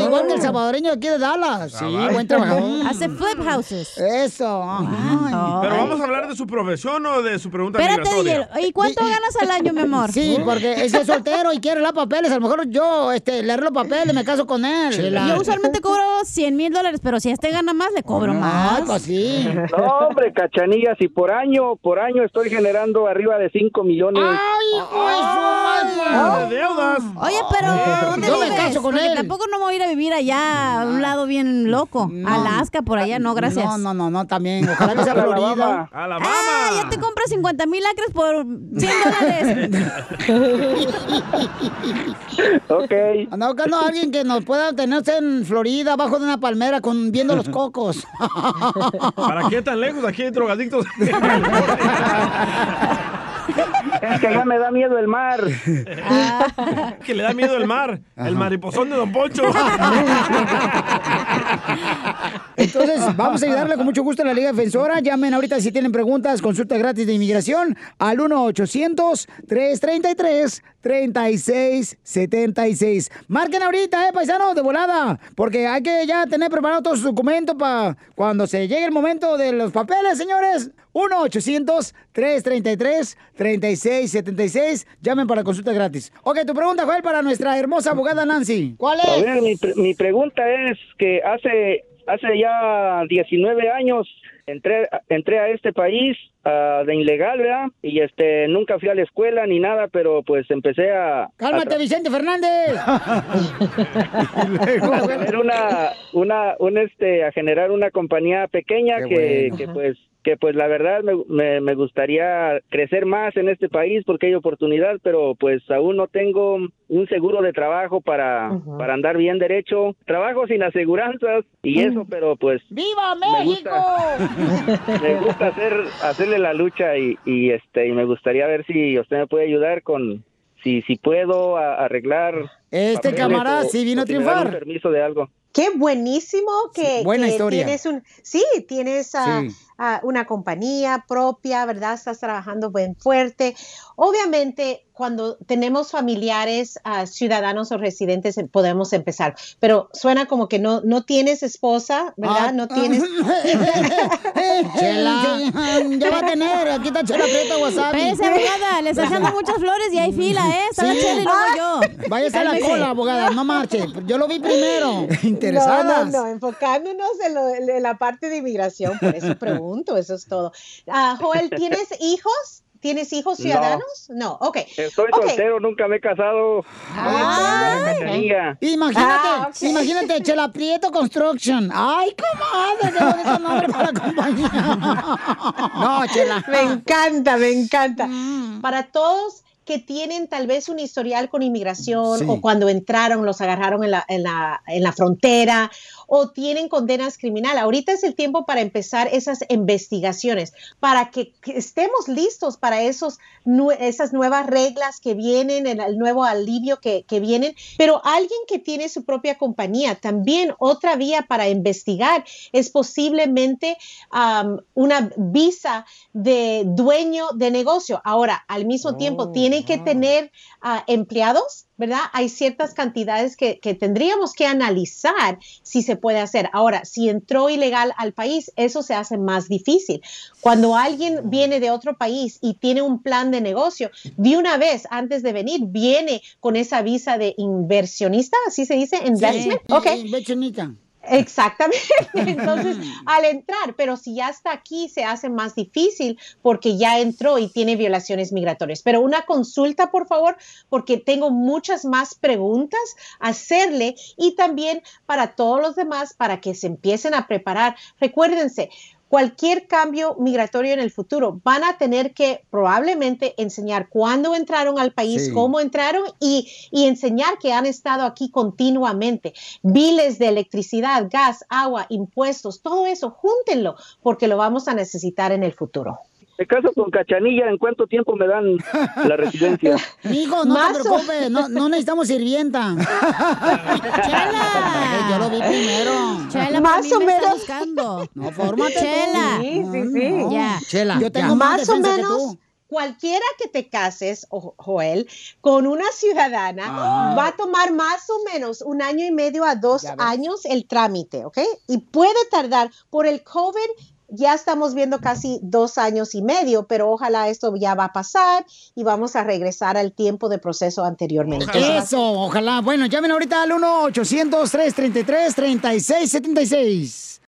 Speaker 1: igual que el salvadoreño aquí de Dallas. Sí, buen trabajador.
Speaker 10: Hace flip houses.
Speaker 1: Eso. ajá.
Speaker 2: Pero vamos a hablar de su profesión o de su pregunta
Speaker 10: Espérate,
Speaker 2: migratoria.
Speaker 10: DJ, ¿y cuánto ganas al año, mi amor?
Speaker 1: Sí, porque ese es soltero y quiere arreglar papeles. A lo mejor yo este, le arreglo papeles, me caso con él.
Speaker 10: Yo usualmente cobro 100 mil dólares, pero si este gana más, le cobro más.
Speaker 1: sí.
Speaker 11: No, hombre, Cachanilla, si por año, por año estoy generando arriba de 5 millones.
Speaker 2: Ah, de deudas.
Speaker 10: Oye, pero ¿dónde
Speaker 2: Yo me
Speaker 10: vives?
Speaker 2: caso con
Speaker 10: Porque
Speaker 2: él.
Speaker 10: tampoco no me voy a ir a vivir allá a un lado bien loco. Alaska, por allá, no, gracias.
Speaker 1: Ah. No, no, no, no, también. Ojalá que sea Florida.
Speaker 10: Ah, ya te compras 50 mil acres por 100 dólares.
Speaker 11: ok.
Speaker 1: Anda buscando a alguien que nos pueda tenerse en Florida, abajo de una palmera, con, viendo los cocos.
Speaker 2: ¿Para qué tan lejos? Aquí hay drogadictos.
Speaker 11: Es que ya me da miedo el mar.
Speaker 2: que le da miedo el mar. El mariposón de Don Poncho.
Speaker 1: Entonces, vamos a ayudarle con mucho gusto a la Liga Defensora. Llamen ahorita si tienen preguntas, consulta gratis de inmigración al 1-800-333-3676. Marquen ahorita, eh, paisanos, de volada, porque hay que ya tener preparado todos sus documentos para cuando se llegue el momento de los papeles, señores. 1-800-333-3676. Llamen para consulta gratis. Ok, tu pregunta, Joel, para nuestra hermosa abogada Nancy. ¿Cuál
Speaker 11: A
Speaker 1: es?
Speaker 11: ver, mi, pre- mi pregunta es que hace hace ya 19 años entré entré a este país ah, de ilegal, ¿verdad? Y este nunca fui a la escuela ni nada, pero pues empecé a, a
Speaker 1: Cálmate, Vicente Fernández.
Speaker 11: a
Speaker 1: *laughs*
Speaker 11: tener una, una, un este, a generar una compañía pequeña
Speaker 1: Qué
Speaker 11: que,
Speaker 1: bueno.
Speaker 11: que pues, que pues la verdad me, me, me gustaría crecer más en este país porque hay oportunidad, pero pues aún no tengo un seguro de trabajo para, para andar bien derecho. Trabajo sin aseguranzas y eso, pero pues
Speaker 1: ¡Viva
Speaker 11: Me
Speaker 1: México!
Speaker 11: gusta. *laughs* me gusta hacer, hacerle la lucha y, y este, y me gustaría ver si usted me puede ayudar con, si, si puedo a- arreglar.
Speaker 1: Este
Speaker 11: papeles
Speaker 1: camarada
Speaker 11: o-
Speaker 1: sí vino a
Speaker 11: o si me dan
Speaker 1: triunfar.
Speaker 11: un permiso de algo.
Speaker 24: Qué buenísimo que,
Speaker 11: Sí, buena
Speaker 24: que
Speaker 11: historia.
Speaker 24: tienes un sí, tienes ah,
Speaker 11: Sí.
Speaker 24: ah, una compañía propia, ¿verdad? Estás trabajando bien fuerte. Obviamente, cuando tenemos familiares, ah, ciudadanos o residentes, eh, podemos empezar. Pero suena como que no, no tienes esposa, ¿verdad?
Speaker 1: Ah,
Speaker 24: no tienes.
Speaker 1: *laughs*
Speaker 24: *laughs*
Speaker 1: Chela, ya va a tener, aquí está Chela Prieta Wasabi.
Speaker 10: Espérese, abogada, le
Speaker 1: *laughs*
Speaker 10: está echando muchas flores y hay fila, ¿eh? Está la chela y luego
Speaker 24: Ah.
Speaker 10: yo.
Speaker 1: Váyase a la
Speaker 10: Cálmese.
Speaker 1: cola, abogada, no
Speaker 24: *laughs*
Speaker 1: marche. Yo lo vi primero. Interesadas.
Speaker 24: No, no, no, enfocándonos en, lo- en la parte de inmigración, por
Speaker 1: *laughs*
Speaker 24: eso pregunto, eso es todo. Ah, Joel, ¿tienes hijos? ¿Tienes hijos
Speaker 11: No.
Speaker 24: ciudadanos? No, ok.
Speaker 11: Estoy
Speaker 24: Ok. Ah.
Speaker 11: soltero, nunca me he casado. Ay, Cachanilla.
Speaker 1: Imagínate,
Speaker 11: Ah, ok.
Speaker 1: imagínate, Chela Prieto Construction. Ay, comadre, qué
Speaker 24: *laughs*
Speaker 1: bonito nombre Ah, para la compañía. *laughs* No, Chela.
Speaker 24: Me encanta, me encanta.
Speaker 10: Mm.
Speaker 24: Para todos que tienen tal vez un historial con inmigración
Speaker 23: Sí.
Speaker 24: o cuando entraron los agarraron en la, en la- en la frontera o tienen condenas criminal. Ahorita es el tiempo para empezar esas investigaciones, para que, que estemos listos para esos, nue- esas nuevas reglas que vienen, el, el nuevo alivio que, que vienen. Pero alguien que tiene su propia compañía, también otra vía para investigar es posiblemente am, una visa de dueño de negocio. Ahora, al mismo tiempo, tiene tiene que tener ah, empleados, ¿verdad? Hay ciertas cantidades que, que tendríamos que analizar si se puede hacer. Ahora, si entró ilegal al país, eso se hace más difícil. Cuando alguien viene de otro país y tiene un plan de negocio, de una vez antes de venir, viene con esa visa de inversionista, así se dice, investment. Ok.
Speaker 1: Inversionista.
Speaker 24: Exactamente. Entonces, al entrar, pero si ya está aquí, se hace más difícil porque ya entró y tiene violaciones migratorias. Pero una consulta, por favor, porque tengo muchas más preguntas a hacerle y también para todos los demás, para que se empiecen a preparar. Recuérdense, cualquier cambio migratorio en el futuro, van a tener que probablemente enseñar cuándo entraron al país,
Speaker 13: Sí.
Speaker 24: cómo entraron y, y enseñar que han estado aquí continuamente. Biles de electricidad, gas, agua, impuestos, todo eso, júntenlo porque lo vamos a necesitar en el futuro.
Speaker 11: Me caso con Cachanilla, ¿en cuánto tiempo me dan la residencia?
Speaker 1: Hijo, no
Speaker 24: Más
Speaker 1: te
Speaker 24: o-
Speaker 1: preocupes, no, no necesitamos sirvienta. ¡Chela! Yo lo vi primero.
Speaker 10: Chela, más o
Speaker 1: *laughs*
Speaker 10: menos.
Speaker 1: No, fórmate tú.
Speaker 10: Chela.
Speaker 24: Sí, sí,
Speaker 1: sí. No,
Speaker 24: Ya.
Speaker 1: Chela,
Speaker 24: Yo tengo
Speaker 1: ya.
Speaker 24: más o
Speaker 1: defensa que
Speaker 24: menos.
Speaker 1: tú.
Speaker 24: Cualquiera que te cases, o- Joel, con una ciudadana,
Speaker 1: Ah.
Speaker 24: va a tomar más o menos un año y medio a dos años el trámite, ¿ok? Y puede tardar por el COVID. Ya estamos viendo casi dos años y medio, pero ojalá esto ya va a pasar y vamos a regresar al tiempo de proceso anteriormente.
Speaker 1: Eso, ojalá. Bueno, llamen ahorita al 1-800-333-3676.